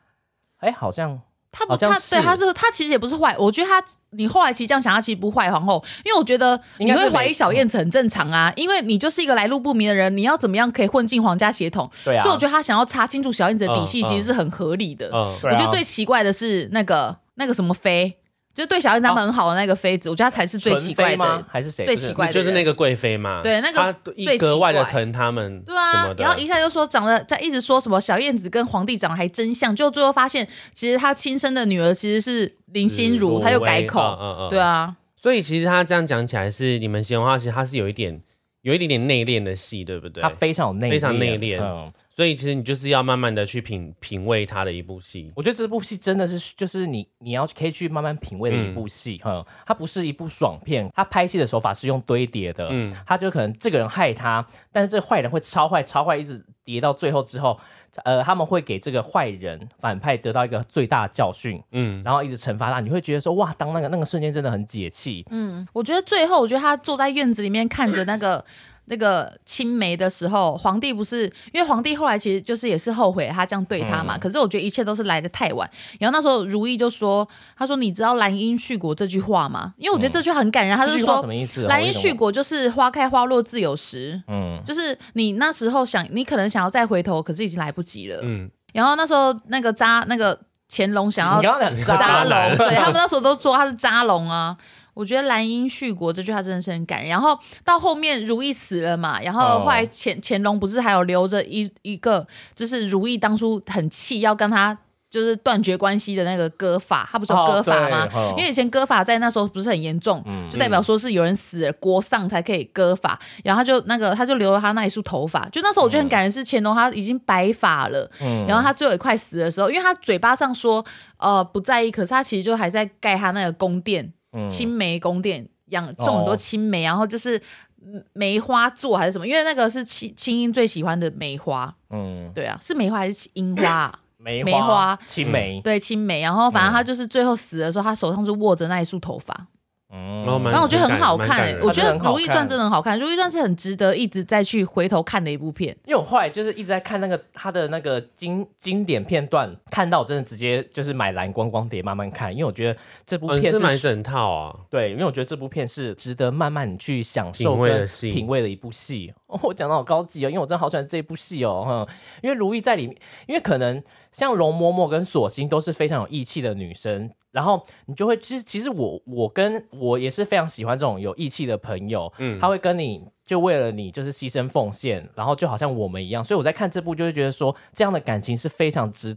C: 哎，好像
B: 他不，
C: 好像
B: 他对
C: 是
B: 他是他其实也不是坏，我觉得他你后来其实这样想，他其实不坏皇后，因为我觉得
C: 应
B: 你
C: 该是
B: 会怀
C: 没
B: 疑小燕子很正常啊，因为你就是一个来路不明的人，你要怎么样可以混进皇家血统？
C: 对啊，
B: 所以我觉得他想要查清楚小燕子的底细，
A: 嗯嗯
B: 其实是很合理的。
A: 嗯，
C: 对
B: 我
C: 啊
B: 觉得最奇怪的是那个那个什么妃，就是对小燕子他们很好的那个妃子，我觉得她才是最
C: 哦纯
B: 奇
C: 妃
B: 怪
C: 吗
B: 的？，
C: 还是谁？
B: 最
C: 不是
B: 奇怪的人，
A: 就是那个贵妃嘛。
B: 对那个
A: 她
B: 最
A: 一
B: 奇
A: 格外的
B: 怪
A: 疼他们，
B: 对
A: 什
B: 啊
A: 么，的
B: 然后一下就说长得在一直说什么小燕子跟皇帝长得还真像，就最后发现其实他亲生的女儿其实是林心如，他又改口，
A: 嗯嗯嗯
B: 对啊，
A: 所以其实他这样讲起来是你们形容他，其实他是有一点有一点点内敛的戏，对不对
C: 他？非常有内
A: 非常内敛
C: 嗯，
A: 所以其实你就是要慢慢的去品品味他的一部戏。
C: 我觉得这部戏真的是，就是你你要可以去慢慢品味的一部戏，哈、它不是一部爽片，它拍戏的手法是用堆叠的，嗯，它就可能这个人害他，但是这个坏人会超坏超坏，一直叠到最后之后，呃，他们会给这个坏人反派得到一个最大的教训，嗯，然后一直惩罚他，你会觉得说哇，当那个那个瞬间真的很解气，
B: 我觉得最后，我觉得他坐在院子里面看着那个那个青梅的时候，皇帝不是因为皇帝后来其实就是也是后悔他这样对他
C: 嗯
B: 嘛。可是我觉得一切都是来的太晚。然后那时候如懿就说：“他说你知道‘兰因絮果’这句话吗？因为我觉得这句话很感人。他
C: 嗯这
B: 是
C: 句话
B: 说
C: 什么意思？
B: ‘
C: 啊
B: 兰因
C: 我有
B: 絮
C: 点
B: 果’就是花开花落自有时。”
C: 嗯，
B: 就是你那时候想，你可能想要再回头，可是已经来不及了。
A: 嗯，
B: 然后那时候那个渣那个乾隆想要
C: 你刚刚
B: 扎
C: 讲
A: 渣男
B: 龙，对他们那时候都说他是扎龙啊。我觉得“兰因絮果”这句话真的是很感人。然后到后面如懿死了嘛，然后
C: 哦
B: 后来乾乾隆不是还有留着一一个，就是如懿当初很气要跟他就是断绝关系的那个割法，他不是有
C: 哦
B: 割法吗？
C: 对哦嗯
B: 因为以前割法在那时候不是很严重，就代表说是有人死了国丧才可以割法，然后他就那个他就留了他那一束头发，就那时候我觉得很感人是乾隆他已经白发了，
C: 哦嗯
B: 然后他最后也快死的时候，因为他嘴巴上说呃不在意，可是他其实就还在盖他那个宫殿，
C: 嗯
B: 青梅宫殿养种很多
C: 哦
B: 青梅，然后就是嗯梅花座还是什么，因为那个是青青樱最喜欢的梅花，
C: 嗯，
B: 对啊，是梅花还是樱花 啊、
C: 梅
B: 梅花
C: 青梅，
B: 对，青梅。然后反正他就是最后死的时候，他手上是握着那一束头发，
C: 嗯，
A: 然后蛮
B: 然后我觉得很好看、
A: 蛮感
B: 欸
A: 人，的
B: 我觉得
C: 很
B: 《
C: 好
B: 如懿传》真的很好看，《如懿传》是很值得一直再去回头看的一部片。
C: 因为我后来就是一直在看那个他的那个经经典片段，看到我真的直接就是买蓝光光碟慢慢看，因为我觉得这部
A: 哦你
C: 片
A: 是买
C: 是、
A: 整套
B: 哦
A: 啊？
C: 对，因为我觉得这部片是值得慢慢你去享受
A: 品味的
C: 跟
A: 戏
C: 品味的一部戏。哦，我讲到好高级哦，因为我真的好喜欢这一部戏哦，哼，因为如懿在里面，因为可能像容嬷嬷跟锁心都是非常有义气的女生，然后你就会其实其实我我跟我也是非常喜欢这种有义气的朋友，嗯，他会跟你就为了你就是牺牲奉献，然后就好像我们一样，所以我在看这部就会觉得说这样的感情是非常值，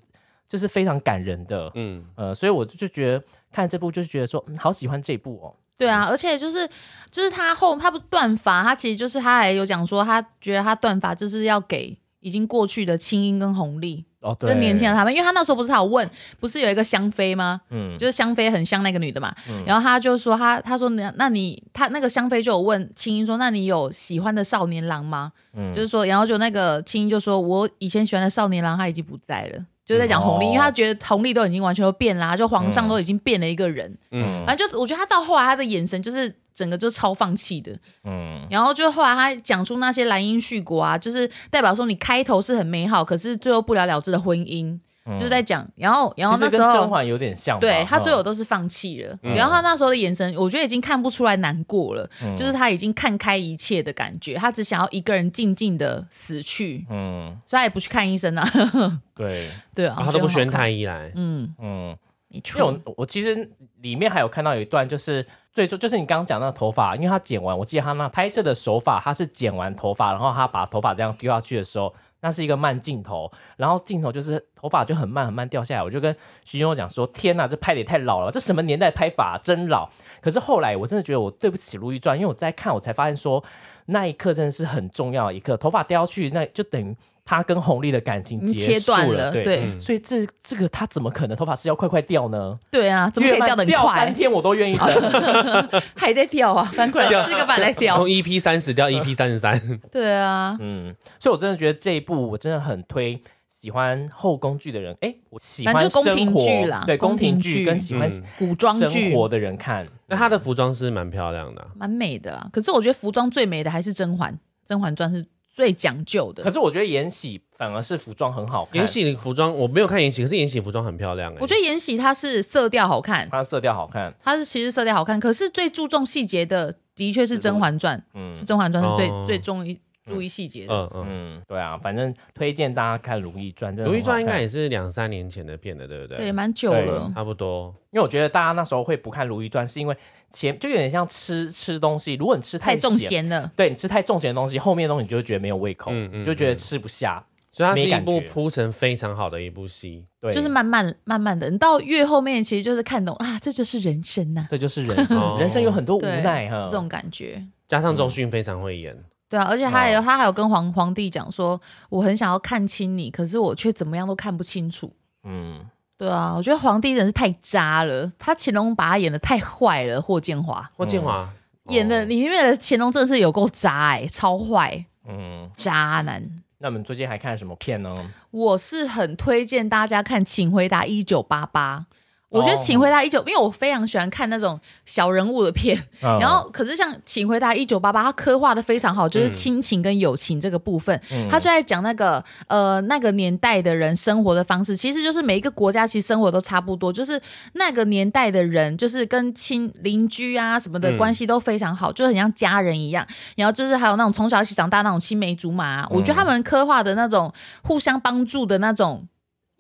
C: 就是非常感人的，
A: 嗯，
C: 呃，所以我就觉得看这部就是觉得说、嗯、好喜欢这一部哦，
B: 对啊，而且就是就是他后他不断发，他其实就是他还有讲说，他觉得他断发就是要给。已经过去的青樱跟红丽，
C: 哦
B: 就
C: 对，
B: 年轻的他们，因为他那时候不是还有问，不是有一个香妃吗？
C: 嗯
B: 就是香妃很像那个女的嘛，然后他就说他他说那那你他那个香妃就有问青樱说，那你有喜欢的少年郎吗？
C: 嗯
B: 就是说，然后就那个青樱就说，我以前喜欢的少年郎他已经不在了，就是在讲弘历，
C: 哦
B: 因
C: 嗯
B: 为他觉得弘历都已经完全都变啦，就皇上都已经变了一个人，
A: 嗯
B: 反正就我觉得他到后来他的眼神就是整个就超放弃的，
C: 嗯
B: 然后就后来他讲出那些莱茵续国啊，就是代表说你开头是很美好，可是最后不了了之的婚姻，
C: 嗯
B: 就是在讲，然后然后
C: 其
B: 那
C: 实
B: 时
C: 跟甄
B: 候。
C: 嬛有点像吧，
B: 对他
C: 嗯
B: 最后都是放弃了，
A: 嗯
B: 然后他那时候的眼神，我觉得已经看不出来难过了，
C: 嗯
B: 就是他已经看开一切的感觉，他只想要一个人静静的死去，
C: 嗯
B: 所以他也不去看医生啊。
C: 对
B: 对啊，
A: 然后他都不
B: 我觉得很
A: 宣
B: 好看。
A: 太医来，
B: 嗯，
C: 嗯。
B: 没
C: 因为
B: 错。
C: 我我其实里面还有看到有一段，就是最终就是你刚刚讲那个头发，因为他剪完，我记得他那拍摄的手法，他是剪完头发，然后他把头发这样丢下去的时候，那是一个慢镜头，然后镜头就是头发就很慢很慢掉下来。我就跟徐兄讲说：“天呐，这拍的也太老了，这什么年代拍法，真老。”可是后来我真的觉得我对不起《如懿传》，因为我在看我才发现说那一刻真的是很重要的一刻，头发掉下去，那就等于他跟红丽的感情
B: 你
C: 结
B: 切
C: 束
B: 断
C: 对。
B: 对
C: 所以这这个他怎么可能头发是要快快掉呢？
B: 对啊，怎么可以掉的很
C: 越慢掉三
B: 快？
C: 天我都愿意等。
B: 还在掉啊，翻过来
A: 掉
B: 吃个饭再掉
A: 从。EP 三十掉 EP 三 十三，
B: 对啊，
C: 嗯，所以我真的觉得这一部我真的很推。喜欢后宫剧的人，哎，我喜
B: 反
C: 欢
B: 正就
C: 生
B: 宫廷
C: 活
B: 剧啦
C: 对宫
B: 宫廷
C: 廷剧
B: 剧
C: 跟喜欢
A: 嗯
B: 古装
C: 生
B: 剧
C: 活的人看，
A: 那他的服装是蛮漂亮的啊，
B: 蛮美的啦。可是我觉得服装最美的还是甄嬛，《甄嬛传》是最讲究
C: 可
B: 的。
C: 是我觉得延禧反而是服装很好看，
A: 延禧的服装我没有看延禧，可是延禧服装很漂亮哎，
B: 我觉得延禧她是色调好看，
C: 它色调好看，
B: 她是其实色调好看，可是最注重细节的的确是《甄嬛传》，
C: 嗯
B: 是《甄嬛传》是最
A: 哦
B: 最重意注意细节的。
A: 嗯嗯，
C: 嗯，对啊，反正推荐大家看《如懿传》，真
A: 《
B: 嗯
C: 的
A: 如懿
C: 很好
A: 传》
C: 看
A: 应该也是两三年前的片了，对不对？
B: 对，蛮久
C: 对
B: 了。
A: 差不多。
C: 因为我觉得大家那时候会不看《如懿传》，是因为前就有点像吃吃东西，如果你吃
B: 太重
C: 咸，
B: 咸了，
C: 对你吃太重咸的东西，后面的东西你就会觉得没有胃口，
A: 嗯嗯
C: 你就觉得吃不下，
A: 所以它是
C: 没
A: 一
C: 感
A: 部
C: 觉
A: 铺陈非常好的一部戏，
C: 对，
B: 就是慢慢慢慢的，你到越后面其实就是看懂啊，这就是人生呐、
C: 这就是人生
A: 哦，
C: 人生有很多无
B: 对
C: 奈哈
B: 这。种感觉。
A: 加上
B: 嗯
A: 周迅非常会演，
B: 对啊，而且他也、
C: 哦
B: 他还有跟皇皇帝讲说，我很想要看清你，可是我却怎么样都看不清楚。
C: 嗯，
B: 对啊，我觉得皇帝真是太渣了，他乾隆把他演的太坏了，霍建华
A: 霍建华
B: 嗯演的
A: 哦
B: 里面的乾隆真的是有够渣哎、超坏
C: 嗯，
B: 渣男。
C: 那我们最近还看什么片呢？
B: 我是很推荐大家看《请回答一九八八》，我觉得
C: 哦
B: 《请回答一九》，因为我非常喜欢看那种小人物的片，
C: 嗯
B: 然后，可是像《请回答一九八八》，它刻画的非常好，就是亲情跟友情这个部分，
C: 嗯
B: 它就在讲那个呃那个年代的人生活的方式，其实就是每一个国家其实生活都差不多，就是那个年代的人，就是跟亲邻居啊什么的
A: 嗯
B: 关系都非常好，就很像家人一样。然后就是还有那种从小一起长大那种青梅竹马啊、我觉得他们刻画的那种互相帮助的那种。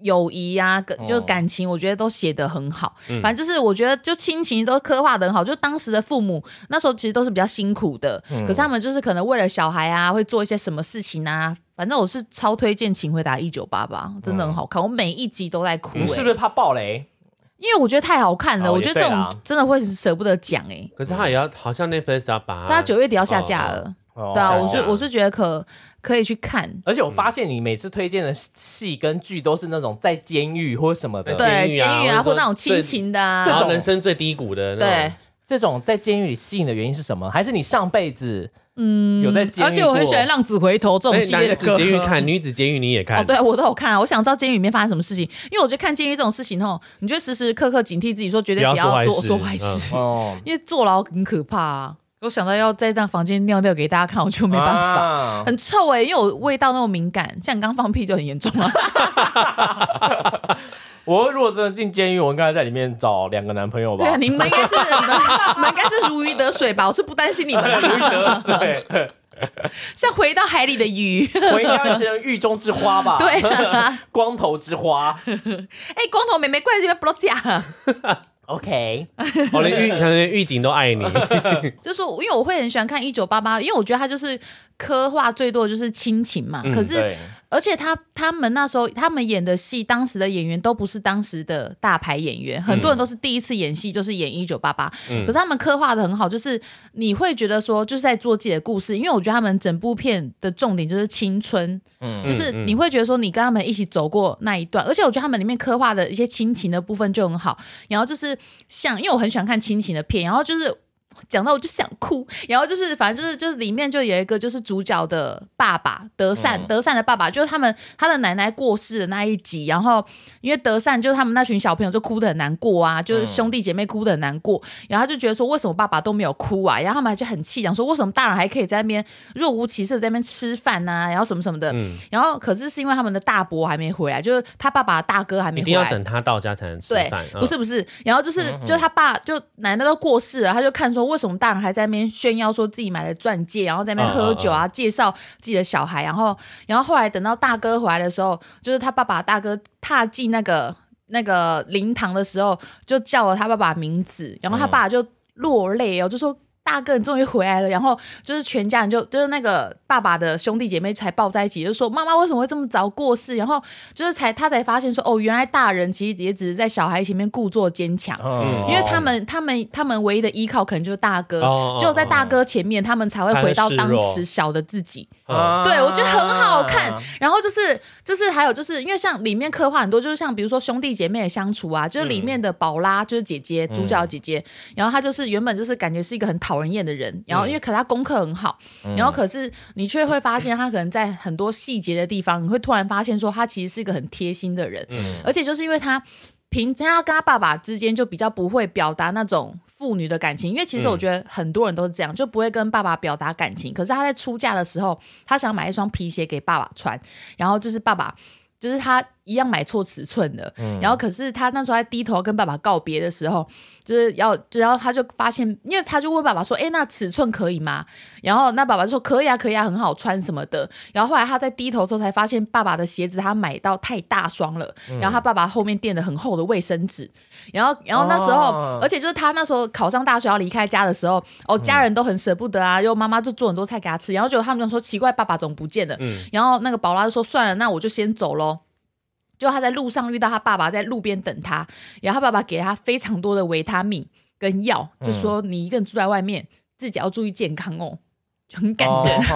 B: 友谊啊，跟就
C: 哦
B: 感情，我觉得都写得很好。
A: 嗯
B: 反正就是我觉得就亲情都刻画的很好，就当时的父母那时候其实都是比较辛苦的，
C: 嗯
B: 可是他们就是可能为了小孩啊，会做一些什么事情啊。反正我是超推荐《请回答一九八八》，真的很好看，我每一集都在哭、欸，
C: 嗯你是不是怕爆雷？
B: 因为我觉得太好看了，
C: 哦
B: 我觉得这
C: 也对啦
B: 种真的会舍不得讲哎、欸。
A: 可是他也要好像 Netflix 要把
B: 大家九月底要下架了，
C: 啊哦
B: 对啊，
C: 想
B: 我是
C: 想
B: 我是觉得可可以去看，
C: 而且我发现你每次推荐的戏跟剧都是那种在监狱或什么的，
A: 对监
B: 对
A: 狱
B: 监
A: 啊
B: 狱啊，
A: 或者说
B: 或那种亲情的
A: 这
B: 啊，
A: 种人生最低谷的那种
B: 对。
C: 这种在监狱里吸引的原因是什么？还是你上辈子嗯有在监狱
B: 而
C: 过？
B: 且我很喜欢《浪子回头》这种
A: 哎
B: 系列
A: 男
B: 的
A: 子
B: 歌。
A: 监狱看，女子监狱你也看，
B: 哦，对，我都有看啊，我想知道监狱里面发生什么事情，因为我觉得看监狱这种事情吼，你就时时刻刻警惕自己，说绝对
A: 不要
B: 不
A: 做
B: 要
A: 坏
B: 做
A: 事
B: 做坏事，
A: 嗯
C: 哦，
B: 因为坐牢很可怕啊。我想到要在那房间尿尿给大家看，我就没办法，
C: 啊
B: 很臭哎、因为我味道那么敏感，像你刚放屁就很严重啊。
C: 我如果真的进监狱，我应该在里面找两个男朋友 吧
B: 对。啊，你们应该是你们你们应该是如鱼得水吧？我是不担心你们的，
C: 对，
B: 像回到海里的鱼。
C: 我应该成狱中之花吧？
B: 对，啊，
C: 光头之花。
B: 哎、光头妹妹过来这边不落架。
C: OK，
A: 哦，连狱连狱警都爱 你，
B: 就是说，因为我会很喜欢看《一九八八》，因为我觉得它就是刻画最多的就是亲情嘛。
A: 嗯
B: 可是，
C: 对，
B: 而且他他们那时候他们演的戏，当时的演员都不是当时的大牌演员，很多人都是第一次演戏就是演《一九八八》，
A: 嗯
B: 可是他们刻画的很好，就是你会觉得说就是在做自己的故事，因为我觉得他们整部片的重点就是青春，
C: 嗯
B: 就是
A: 嗯嗯
B: 你会觉得说你跟他们一起走过那一段，而且我觉得他们里面刻画的一些亲情的部分就很好。然后就是像，因为我很喜欢看亲情的片，然后就是讲到我就想哭。然后就是反正就是就是里面就有一个就是主角的爸爸德善，
A: 嗯
B: 德善的爸爸就是他们他的奶奶过世的那一集，然后因为德善就是他们那群小朋友就哭得很难过啊，就是
A: 嗯
B: 兄弟姐妹哭得很难过，然后他就觉得说为什么爸爸都没有哭啊，然后他们就很气，讲说为什么大人还可以在那边若无其事地在那边吃饭呐、然后什么什么的，
A: 嗯
B: 然后可是是因为他们的大伯还没回来，就是他爸爸的大哥还没
A: 一
B: 回
A: 定要
B: 来，
A: 等他到家才能吃
B: 对
A: 饭，，嗯
B: 不是不是，然后就是、就是他爸就奶奶都过世了，他就看说为什么大人还在那边炫耀说自己买了钻戒，然后在那边喝酒啊，介绍自己的小孩，然后然后后来等到大哥回来的时候，就是他爸爸大哥踏进那个那个灵堂的时候，就叫了他爸爸名字，然后他
A: 嗯
B: 爸就落泪哦，就说。大哥，你终于回来了。然后就是全家人就就是那个爸爸的兄弟姐妹才抱在一起，就说妈妈为什么会这么早过世？然后就是才他才发现说，哦，原来大人其实也只是在小孩前面故作坚强，
C: 嗯
B: 因为他们他们他们唯一的依靠可能呃就是大哥，
A: 哦
B: 只有在大哥前面，他们才会回到当时小的自己。
C: 啊
A: 嗯
B: 对，我觉得很好看。然后就是就是还有就是因为像里面刻画很多，就是像比如说兄弟姐妹的相处啊，就是里面的宝拉就是姐姐，主角的姐姐，然后她就是原本就是感觉是一个很讨人厌的人，然后因为可她功课很好，然后可是你却会发现她可能在很多细节的地方，你会突然发现说她其实是一个很贴心的人，而且就是因为她。平常她跟她爸爸之间就比较不会表达那种父女的感情，因为其实我觉得很多人都是这样，就不会跟爸爸表达感情。可是她在出嫁的时候，她想买一双皮鞋给爸爸穿，然后就是爸爸。就是她一样买错尺寸的，然后可是她那时候在低头跟爸爸告别的时候，就是要，然后她就发现，因为她就问爸爸说：“哎，那尺寸可以吗？”然后那爸爸就说：“可以啊，可以啊，很好穿什么的。”然后后来她在低头之后才发现，爸爸的鞋子她买到太大双了，然后她爸爸后面垫了很厚的卫生纸，然后，然后那时候，
C: 哦
B: 而且就是他那时候考上大学要离开家的时候，哦，家人都很舍不得啊，又妈妈就做很多菜给他吃，然后结果他们就说奇怪，爸爸怎么不见了？
A: 嗯
B: 然后那个宝拉就说算了，那我就先走喽。就他在路上遇到他爸爸在路边等他，然后他爸爸给他非常多的维他命跟药，就说你一个人住在外面，自己要注意健康哦，就很感人。
C: 人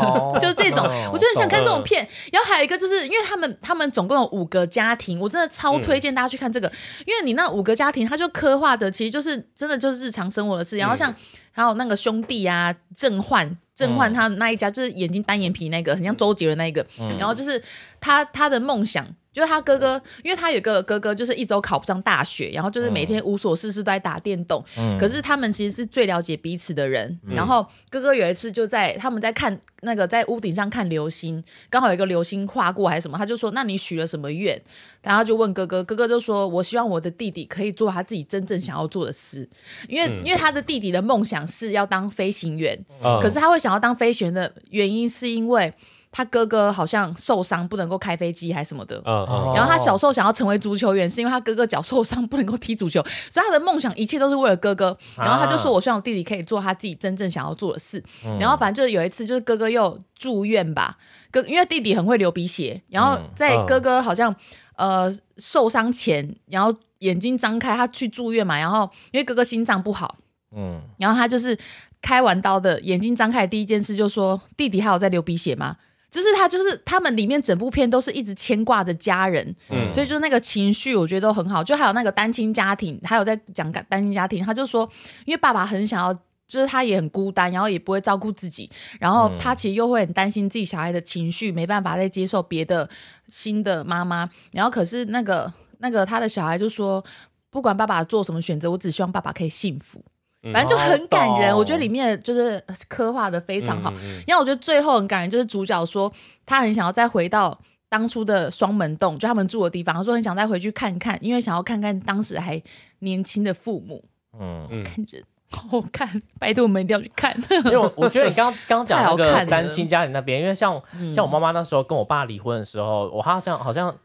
B: 就是这种，
C: 哦
B: 我就很想看这种
C: 片。
B: 片。然后还有一个，就是因为他们他们总共有五个家庭，我真的超推荐大家去看这个，因为你那五个家庭，它就刻画的其实就是真的就是日常生活的事。然后像还有那个兄弟啊，郑焕。郑焕他那一家就是眼睛单眼皮那个，很像周杰伦那一个。然后就是他他的梦想，就是他哥哥，因为他有一个哥哥，就是一直都考不上大学，然后就是每天无所事事都在打电动。可是他们其实是最了解彼此的人。然后哥哥有一次就在他们在看那个在屋顶上看流星，刚好有一个流星划过还是什么，他就说：“那你许了什么愿？”然后就问哥哥，哥哥就说：“我希望我的弟弟可以做他自己真正想要做的事，因为、因为他的弟弟的梦想是要当飞行员，
A: 嗯
B: 可是他会想要当飞行员的原因是因为他哥哥好像受伤不能够开飞机还是什么的。
A: 嗯嗯
C: 哦
B: 然后他小时候想要成为足球员，是因为他哥哥脚受伤不能够踢足球， 所以他的梦想一切都是为了哥哥。然后他就说：“我希望我弟弟可以做他自己真正想要做的事。然后反正就是有一次，就是哥哥又住院吧，哥因为弟弟很会流鼻血，然后在哥哥好像、呃受伤前，然后眼睛张开，他去住院嘛，然后因为哥哥心脏不好，
C: 嗯，
B: 然后他就是开完刀的，眼睛张开的第一件事就说：“弟弟还有在流鼻血吗？”就是他，就是他们里面整部片都是一直牵挂着家人，
A: 嗯
B: 所以就是那个情绪，我觉得都很好。就还有那个单亲家庭，还有在讲单亲家庭，他就说，因为爸爸很想要，就是他也很孤单，然后也不会照顾自己，然后他其实又会很担心自己小孩的情绪，没办法再接受别的新的妈妈。然后可是那个那个他的小孩就说，不管爸爸做什么选择，我只希望爸爸可以幸福。
A: 嗯
B: 反正就很感人，
C: 好
B: 我觉得里面就是刻画的非常好。
A: 嗯嗯
B: 因为我觉得最后很感人，就是主角说他很想要再回到当初的双门洞，就他们住的地方。他说很想再回去看看，因为想要看看当时还年轻的父母。
C: 嗯，
B: 看人好好看，拜托我们一定要去看。
C: 因为我我觉得你刚刚讲那
B: 太好看
C: 个
B: 了嗯
C: 单亲家庭那边，因为像 像我妈妈那时候跟我爸离婚的时候，我好像好像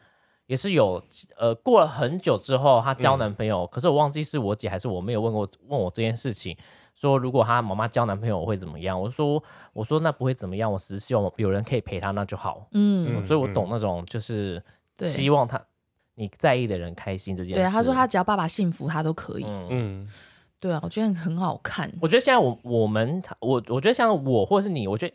C: 也是有呃过了很久之后，她
B: 嗯
C: 交男朋友，可是我忘记是我姐还是我没有问过问我这件事情，说如果她妈妈交男朋友我会怎么样？我说我说那不会怎么样，我只是希望有人可以陪她，那就好。
B: 嗯，
A: 嗯
C: 所以我懂那种就是
B: 对
C: 希望她你在意的人开心这件事。
B: 对，他说他只要爸爸幸福，他都可以。
C: 嗯
A: 嗯
B: 对啊，我觉得很好看。
C: 我觉得现在我我们我我觉得像我或是你，我觉得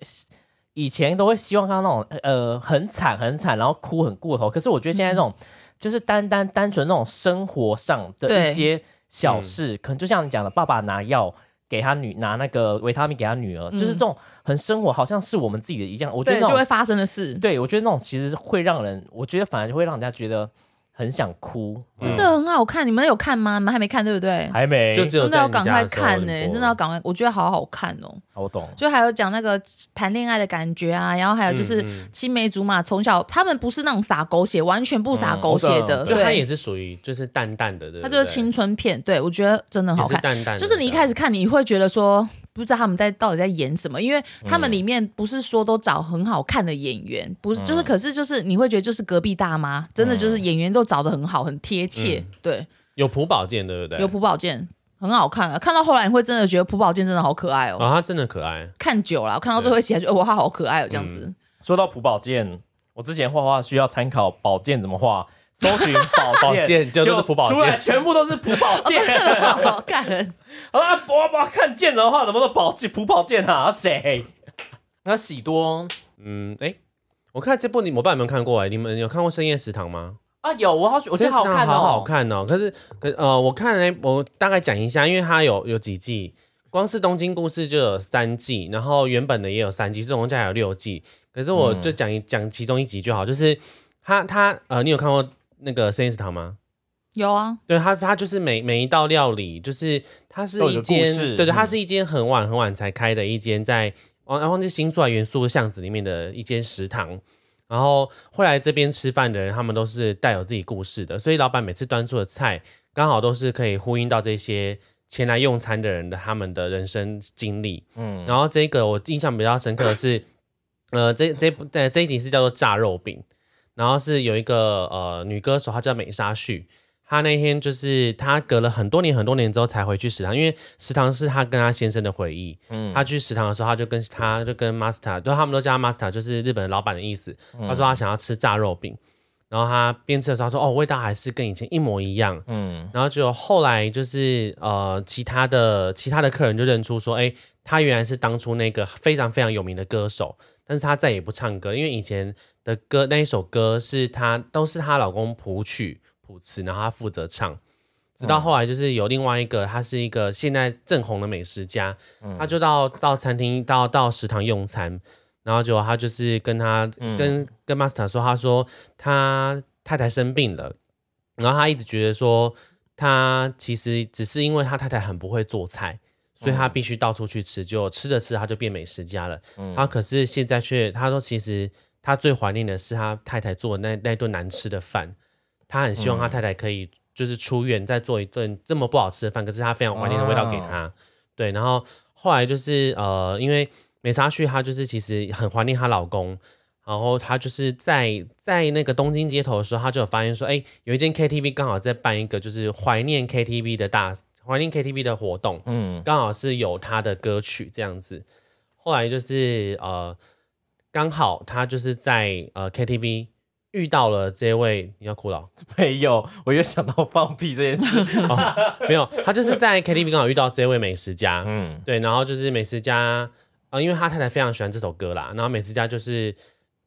C: 以前都会希望看到那种呃很惨很惨，然后哭很过头。可是我觉得
B: 嗯
C: 现在这种、就是单单单纯那种生活上的
B: 对
C: 一些小事，可能就像你讲的，爸爸拿药给他女拿那个维他命给他女儿，就是这种很生活，好像是我们自己的一样。我觉得
B: 嗯对，
C: 那
B: 就
C: 种
B: 会发生的事，
C: 对，我觉得那种其实会让人，我觉得反而会让人家觉得很想哭。
B: 真的很好看。你们有看吗？你们还没看对不对？
C: 还没
A: 就只有
B: 真的要
A: 在
B: 赶
A: 你家
B: 快
A: 的时候
B: 看
A: 你
B: 呢、
A: 播
B: 真的要赶快，我觉得好好看哦、
C: 我懂，
B: 就还有讲那个谈恋爱的感觉啊，然后还有就是
A: 嗯嗯
B: 青梅竹马，从小他们不是那种撒狗血，完全不撒
C: 嗯
B: 狗血
C: 我懂
B: 的，
A: 就它也
B: 对，
A: 是属于就是淡淡的，对不
B: 它
A: 对，
B: 就是青春片，对我觉得真的
A: 也
B: 好
A: 是
B: 看。
A: 淡淡的，
B: 就是你一开始看，你会觉得说不知道他们在到底在演什么，因为他
A: 嗯
B: 们里面不是说都找很好看的演员，不是
A: 嗯
B: 就是，可是就是你会觉得就是隔壁大妈，真的就是演员都找的很好，很贴切，
A: 嗯
B: 对，
A: 有朴宝剑，对不对？
B: 有
A: 朴
B: 朴宝剑很好看啊，看到后来你会真的觉得朴宝剑真的好可爱哦，
A: 啊，他真的可爱，
B: 看久了，我看到最后一集还觉得哦哇，他好可爱哦，这样子。
C: 说到朴宝剑，我之前画画需要参考宝剑怎么画，搜寻宝
A: 宝
C: 剑，
A: 剑就
C: 结
A: 就
C: 果
A: 是朴宝
C: 出来
A: 剑，
C: 全部都是朴宝 剑。
B: 好 看，
C: 啊，我我看剑的话，怎么都宝剑朴宝剑啊？谁？那喜多
A: 嗯，哎，我看这部你我不知道有没有看过哎，你们有看过《深夜食堂》吗？
C: 啊，有我好喜，我觉得好
A: 好
C: 看哦，
A: 好好看哦。可是，可呃，我看来我大概讲一下，因为它有有几季，光是《东京故事》就有三季，然后原本的也有三季，总共加有六季。可是
C: 嗯
A: 我就讲一讲、其中一集就好，就是它它呃，你有看过那个《深夜食堂》吗？
B: 有啊，
A: 对它，它就是每每一道料理，就是它是
C: 都有
A: 一
C: 个
A: 间
C: 故，事
A: 对对，
C: 嗯
A: 它是一间很晚很晚才开的一间在哦忘忘记新宿还元素巷子里面的一间食堂。然后会来这边吃饭的人，他们都是带有自己故事的，所以老板每次端出的菜，刚好都是可以呼应到这些前来用餐的人的他们的人生经历。
C: 嗯，
A: 然后这个我印象比较深刻的是，呃，这这部呃这一集是叫做炸肉饼，然后是有一个呃女歌手，她叫美沙旭。她那天就是她隔了很多年很多年之后才回去食堂，因为食堂是她跟她先生的回忆。嗯，她去食堂的时候，她就跟她就跟 master，就他们都叫她 master，就是日本的老板的意思。她说她想要吃炸肉饼，然后她边吃的时候她说：“哦，味道还是跟以前一模一样。”嗯，然后就后来就是呃，其他的其他的客人就认出说：“哎，他原来是当初那个非常非常有名的歌手，但是他再也不唱歌，因为以前的歌那一首歌是她都是她老公谱曲谱词，然后她负责唱。直到后来就是有另外一个，他是一个现在正红的美食家，他就到到餐厅到到食堂用餐，然后就他就是跟他、跟跟 master 说，他说他太太生病了，然后他一直觉得说他其实只是因为他太太很不会做菜。所以他必须到处去吃，就吃着吃着他就变美食家了。他可是现在却他说，其实他最怀念的是他太太做的那那顿难吃的饭。他很希望他太太可以就是出院再做一顿这么不好吃的饭，可是他非常怀念的味道给他。对，然后后来就是呃，因为美沙旭她就是其实很怀念她老公，然后她就是在在那个东京街头的时候，她就有发现说，哎，有一间 KTV 刚好在办一个就是怀念 KTV 的大怀念 KTV 的活动，嗯，刚好是有她的歌曲这样子。后来就是呃，刚好她就是在呃 KTV 遇到了这位，你要哭了哦、
C: 没有，我又想到放屁这件 事。
A: 没有，她就是在 KTV 刚好遇到这位美食家，
C: 嗯，
A: 对，然后就是美食家，啊、因为他太太非常喜欢这首歌啦，然后美食家就是，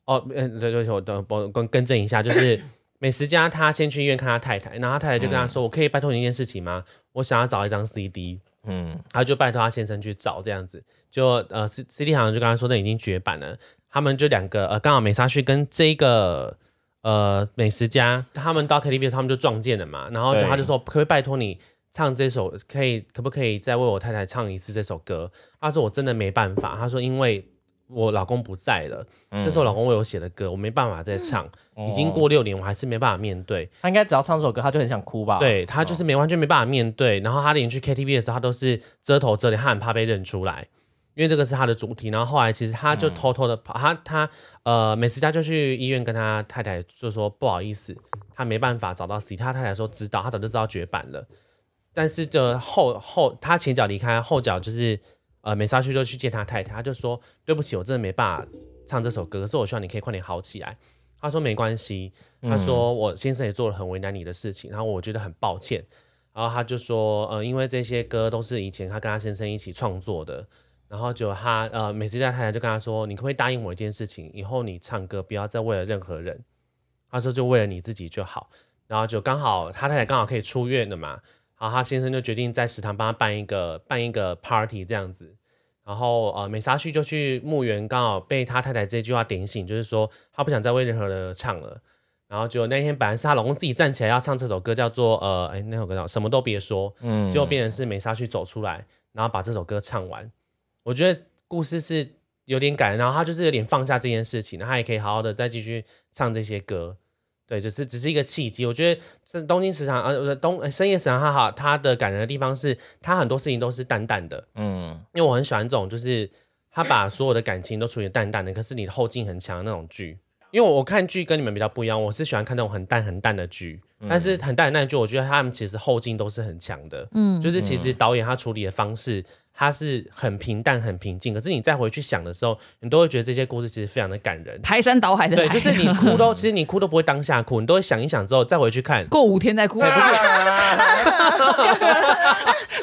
A: 哦，嗯、对对不起，我等我更更正一下，就是美食家他先去医院看他太太，然后他太太就跟他说：“我可以拜托你一件事情吗？我想要找一张 CD。”
C: 嗯
A: 嗯，他就拜托他先生去找这样子，就呃，C C D 行就跟他说那已经绝版了，他们就两个呃，刚好美沙旭跟这个呃美食家，他们到 KTV 的时候他们就撞见了嘛，然后就
C: 对
A: 他就说，可不可以拜托你唱这首，可以可不可以再为我太太唱一次这首歌？他说我真的没办法，他说因为我老公不在了，这是我老公为我写的歌，我没办法再唱，已经过六年，我还是没办法面对。
C: 他应该只要唱这首歌，他就很想哭吧？，
A: 对他就是没完全没办法面对，然后他连去 KTV 的时候，他都是遮头遮脸，他很怕被认出来，因为这个是他的主题。然后后来其实他就偷偷的跑，他他呃，美食家就去医院跟他太太就说不好意思，他没办法找到 C，他太太说知道，他早就知道绝版了，但是就后后他前脚离开，后脚就是呃美沙旭就去见他太太，他就说对不起，我真的没办法唱这首歌，可是我希望你可以快点好起来。他说没关系，他说我先生也做了很为难你的事情，然后我觉得很抱歉。然后他就说，呃，因为这些歌都是以前他跟他先生一起创作的，然后就他呃，美食家太太就跟他说，你可不可以答应我一件事情，以后你唱歌不要再为了任何人。他说就为了你自己就好。然后就刚好他太太刚好可以出院了嘛，然后她先生就决定在食堂帮她办一个办一个 party 这样子。然后呃，美沙旭就去墓园，刚好被他太太这句话点醒，就是说他不想再为任何人唱了。然后就那天本来是她老公自己站起来要唱这首歌，叫做呃，哎那首歌叫什么都别说，
C: 嗯
A: 结果变成是美沙旭走出来，然后把这首歌唱完。我觉得故事是有点感人，然后他就是有点放下这件事情，然后他也可以好好的再继续唱这些歌。对，只是只是一个契机。我觉得这东京市场，呃，不是东呃深夜食堂，它好，它的感人的地方是，它很多事情都是淡淡的。
C: 嗯
A: 因为我很喜欢这种，就是他把所有的感情都处理得淡淡的，可是你的后劲很强的那种剧。因为我看剧跟你们比较不一样，我是喜欢看那种很淡很淡的剧，但是很淡的那一剧，我觉得他们其实后劲都是很强的。
B: 嗯，
A: 就是其实导演他处理的方式，他是很平淡、很平静，可是你再回去想的时候，你都会觉得这些故事其实非常的感人。
B: 排山倒海的
A: 对，
B: 来，
A: 就是你哭都，其实你哭都不会当下哭，你都会想一想之后再回去看。
B: 过五天再哭，不是
C: 啊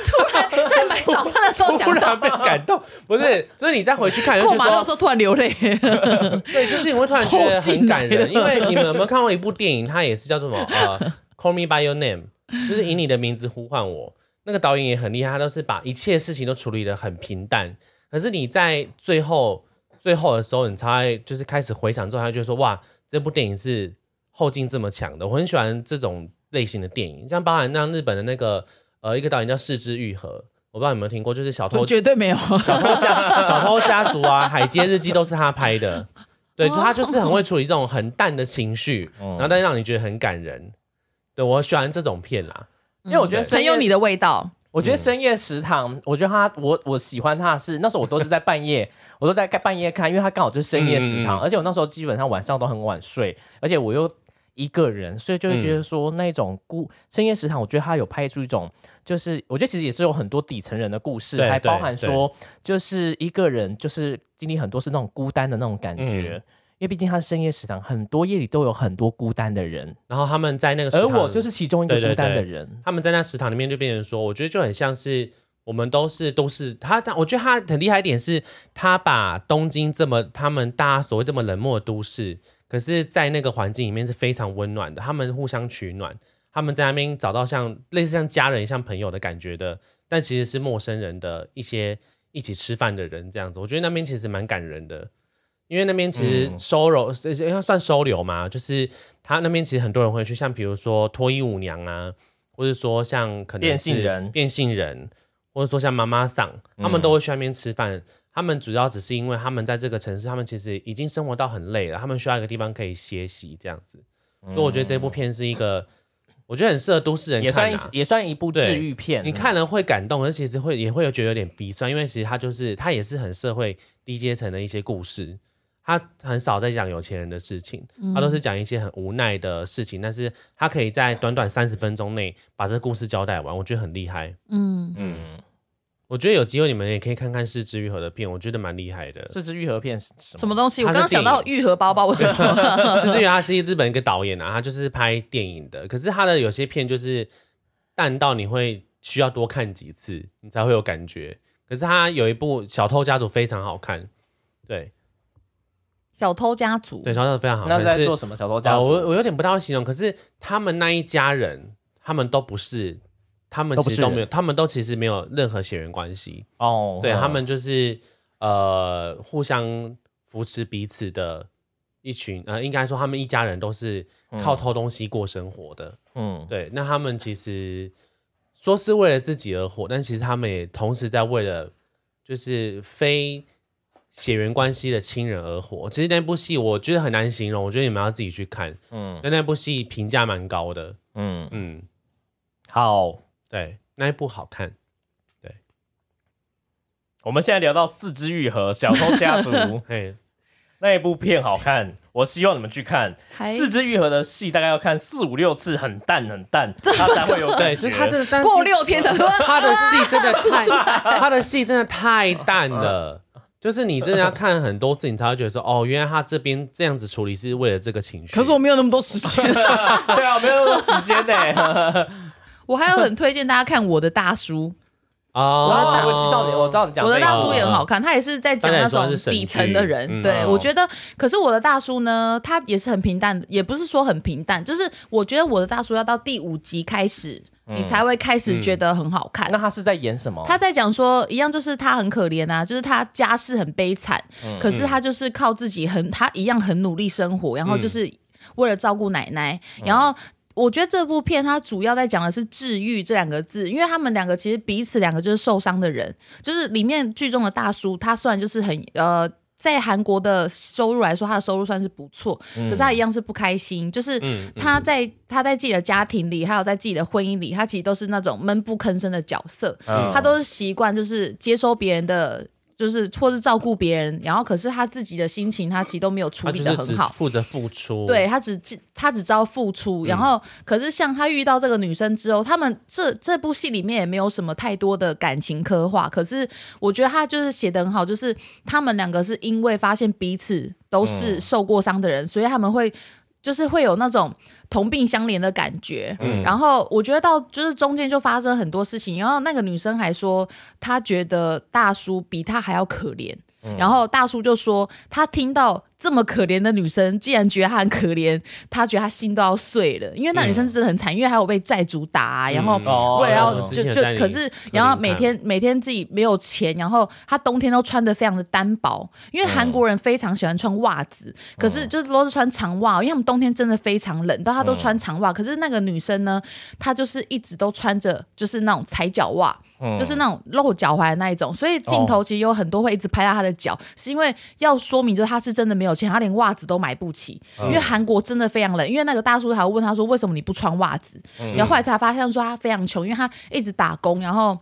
B: 突然 在买早餐的时 候
A: 突
B: 想到
A: 然被感动，不是，就是你再回去看，就
B: 过
A: 觉得
B: 马路的
A: 说
B: 时，候突然流 泪，
A: 对，就是你会突然觉得很感
B: 后
A: 人，
B: 劲
A: 因
B: 来了
A: 为你们有没有看过一部电影，它也是叫做 什么呃，Call Me by Your Name，就是以你的名字呼唤我。那个导演也很厉害，他都是把一切事情都处理的很平淡，可是你在最后最后的时候，你才会就是开始回想之后，他就说哇，这部电影是后劲这么强的，我很喜欢这种类型的电影，像包含让日本的那个呃一个导演叫四之愈合，我不知道你有没有听过，就是小偷
B: 绝对没有。
A: 小偷家 小偷家族啊，海街日记都是他拍的。对，就他就是很会处理这种很淡的情绪，
C: 哦
A: 然后但是让你觉得很感人。对我喜欢这种片啦，
C: 因为我觉
A: 嗯
C: 得
B: 很有你的味道，
C: 我觉得深夜食堂，我觉得他，我我喜欢他的是那时候我都是在半夜， 我都在半夜看，因为他刚好就是深夜食堂，
A: 嗯嗯嗯
C: 而且我那时候基本上晚上都很晚睡，而且我又一个人，所以就会觉得说那种孤、深夜食堂，我觉得他有拍出一种，就是我觉得其实也是有很多底层人的故事，
A: 对
C: 还
A: 对
C: 包含说就是一个人就是经历很多是那种孤单的那种感觉。
A: 嗯
C: 因为毕竟他是深夜食堂，很多夜里都有很多孤单的人，
A: 然后他们在那个食
C: 而
A: 堂，
C: 我就是其中一个
A: 对对
C: 孤单的
A: 对
C: 人。
A: 他们在那食堂里面就变成说，我觉得就很像是我们都是都是他，他我觉得他很厉害一点是，他把东京这么他们大家所谓这么冷漠的都市，可是，在那个环境里面是非常温暖的，他们互相取暖，他们在那边找到像类似像家人、像朋友的感觉的，但其实是陌生人的一些一起吃饭的人这样子，我觉得那边其实蛮感人的。因为那边其实收容，呃要、算收留嘛，就是他那边其实很多人会去，像比如说脱衣舞娘啊，或者说像可能
C: 变性
A: 是
C: 人嗯
A: 变性人，或者说像妈妈桑，他们都会去那边吃饭。他们主要只是因为他们在这个城市，他们其实已经生活到很累了，他们需要一个地方可以歇息这样子。所以我觉得这部片是一个，我觉得很适合都市人
C: 也
A: 看、啊，
C: 算一也算一部
A: 对
C: 治愈片。
A: 你看了会感动，而其实会也会有觉得有点鼻酸，因为其实他就是他也是很社会低阶层的一些故事，他很少在讲有钱人的事情，他都是讲一些很无奈的事情，但是他可以在短短三十分钟内把这故事交代完，我觉得很厉害。
B: 嗯，
C: 嗯，
A: 我觉得有机会你们也可以看看《失之愈合》的片，我觉得蛮厉害的。
C: 这支愈合片是什么？
B: 什么东西？我
A: 它是
B: 刚刚想到
A: 电
B: 愈合包包，为什么？
A: 失之愈合 他是日本一个导演啊，他就是拍电影的，可是他的有些片就是淡到你会需要多看几次，你才会有感觉。可是他有一部《小偷家族》非常好看，对
B: 小偷家族
A: 对，《小偷家族》非常好
C: 那
A: 看。
C: 啊是在
A: 是
C: 做什么？小偷家
A: 啊，
C: 族？
A: 我我有点不太会形容，可是他们那一家人，他们都不是，他们
C: 都不
A: 其实
C: 是
A: 都
C: 人
A: 没有，他们都其实没有任何血缘关系。
C: 哦，
A: 对
C: 嗯
A: 他们就是呃互相扶持彼此的一群，呃，应该说他们一家人都是靠偷东西过生活的。
C: 嗯
A: 对，那他们其实说是为了自己而活，但其实他们也同时在为了就是非血缘关系的亲人而活。其实那部戏我觉得很难形容，我觉得你们要自己去看。
C: 嗯
A: 但那部戏评价蛮高的，
C: 嗯，
A: 嗯，
C: 好，
A: 对，那一部好看。
C: 我们现在聊到《四肢愈合》《小偷家族》
A: 嘿，
C: 那一部片好看，我希望你们去看。
B: 还
C: 四肢愈合的戏大概要看四五六次，很淡很淡，它才会有感
A: 对，
C: 觉
A: 就是他真的但是
B: 过六天 才说
A: 他的戏真的太，他的戏真的太淡了，就是你真的要看很多次，你才会觉得说，哦，原来他这边这样子处理是为了这个情绪。
B: 可是我没有那么多时间。
C: 对啊，没有那么多时间呢。
B: 我还有很推荐大家看《我的大叔
A: 哦，
C: 然后我知道你，我知道你》，讲
B: 我的
C: 这个嗯
B: 大叔也很好看，他也是在讲那种底层的人。
A: 嗯
B: 对，
C: 哦
B: 我觉得，可是我的大叔呢，他也是很平淡的，也不是说很平淡，就是我觉得我的大叔要到第五集开始，你才会开始觉得很好看。
C: 嗯哦那他是在演什么？
B: 他在讲说，一样就是他很可怜啊，就是他家世很悲惨，
C: 嗯
B: 可是他就是靠自己很，他一样很努力生活，然后
C: 嗯
B: 就是为了照顾奶奶，然后。我觉得这部片它主要在讲的是治愈这两个字，因为他们两个其实彼此两个就是受伤的人，就是里面剧中的大叔，他虽然就是很呃，在韩国的收入来说，他的收入算是不错，
A: 嗯
B: 可是他一样是不开心，就是他在他在自己的家庭里，还有在自己的婚姻里，他其实都是那种闷不吭声的角色，
C: 嗯
B: 他都是习惯就是接收别人的。就是或是照顾别人，然后可是他自己的心情，他其实都没有处
A: 他
B: 理
A: 就
B: 的
A: 是
B: 很
A: 只
B: 好。
A: 负责付出，
B: 对，他只知他只知道付出，然后、可是像他遇到这个女生之后，他们这这部戏里面也没有什么太多的感情刻画，可是我觉得他就是写的很好，就是他们两个是因为发现彼此都是受过伤的人，所以他们会就是会有那种同病相怜的感觉。
C: 嗯
B: 然后我觉得到就是中间就发生很多事情，然后那个女生还说她觉得大叔比她还要可怜，
C: 嗯
B: 然后大叔就说他听到这么可怜的女生，竟然觉得她很可怜，他觉得他心都要碎了，因为那女生真的很惨，因为还有被债主打啊、然后
A: 嗯
C: 嗯哦
B: 我也
A: 我
B: 要
A: 们之
B: 就
A: 前有
B: 就
A: 在
B: 可
A: 你
B: 是，
A: 那
B: 然后
A: 里
B: 每
A: 看
B: 天每天自己没有钱，然后他冬天都穿的非常的单薄，因为韩国人非常喜欢穿袜子，可是就是都是穿长袜，因为他们冬天真的非常冷，到他都穿长袜。可是那个女生呢，她就是一直都穿着就是那种踩脚袜，
C: 嗯
B: 就是那种露脚踝的那一种，所以镜头其实有很多会一直拍到她的脚，是因为要说明就是她是真的没有钱，她连袜子都买不起，因为韩国真的非常冷。因为那个大叔还问她说为什么你不穿袜子，然后后来才发现说她非常穷，因为她一直打工，然后。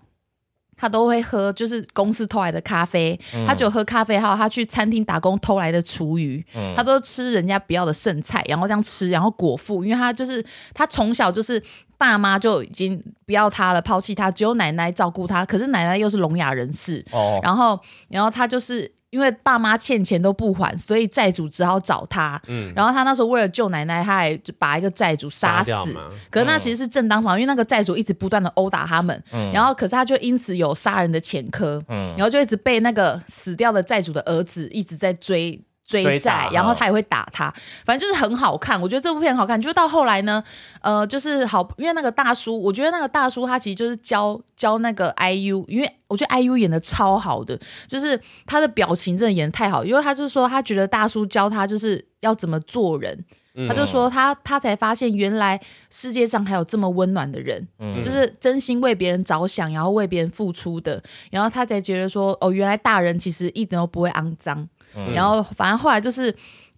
B: 她都会喝，就是公司偷来的咖啡。她只有喝咖啡，还有她去餐厅打工偷来的厨余，
A: 嗯
B: 她都吃人家不要的剩菜，然后这样吃，然后果腹。因为她就是她从小就是爸妈就已经不要她了，抛弃她，只有奶奶照顾她。可是奶奶又是聋哑人士，
C: 哦，
B: 然后然后她就是因为爸妈欠钱都不还，所以债主只好找她。
A: 嗯，
B: 然后她那时候为了救奶奶，她还就把一个债主杀
A: 杀
B: 死。
A: 掉嘛，嗯
B: 可是那其实是正当防，因为那个债主一直不断的殴打他们，然后可是他就因此有杀人的前科，然后就一直被那个死掉的债主的儿子一直在追。追
C: 追打
B: 债，然后他也会打他，反正就是很好看。我觉得这部片很好看。就到后来呢，呃，就是好，因为那个大叔，我觉得那个大叔他其实就是教教那个 IU，因为我觉得 IU 演的超好的，就是他的表情真的演的太好，因为他就说他觉得大叔教他就是要怎么做人，他就说他他才发现原来世界上还有这么温暖的人，
C: 嗯
A: 嗯
B: 就是真心为别人着想，然后为别人付出的，然后他才觉得说哦，原来大人其实一点都不会肮脏。
A: 嗯
B: 然后反正后来就是。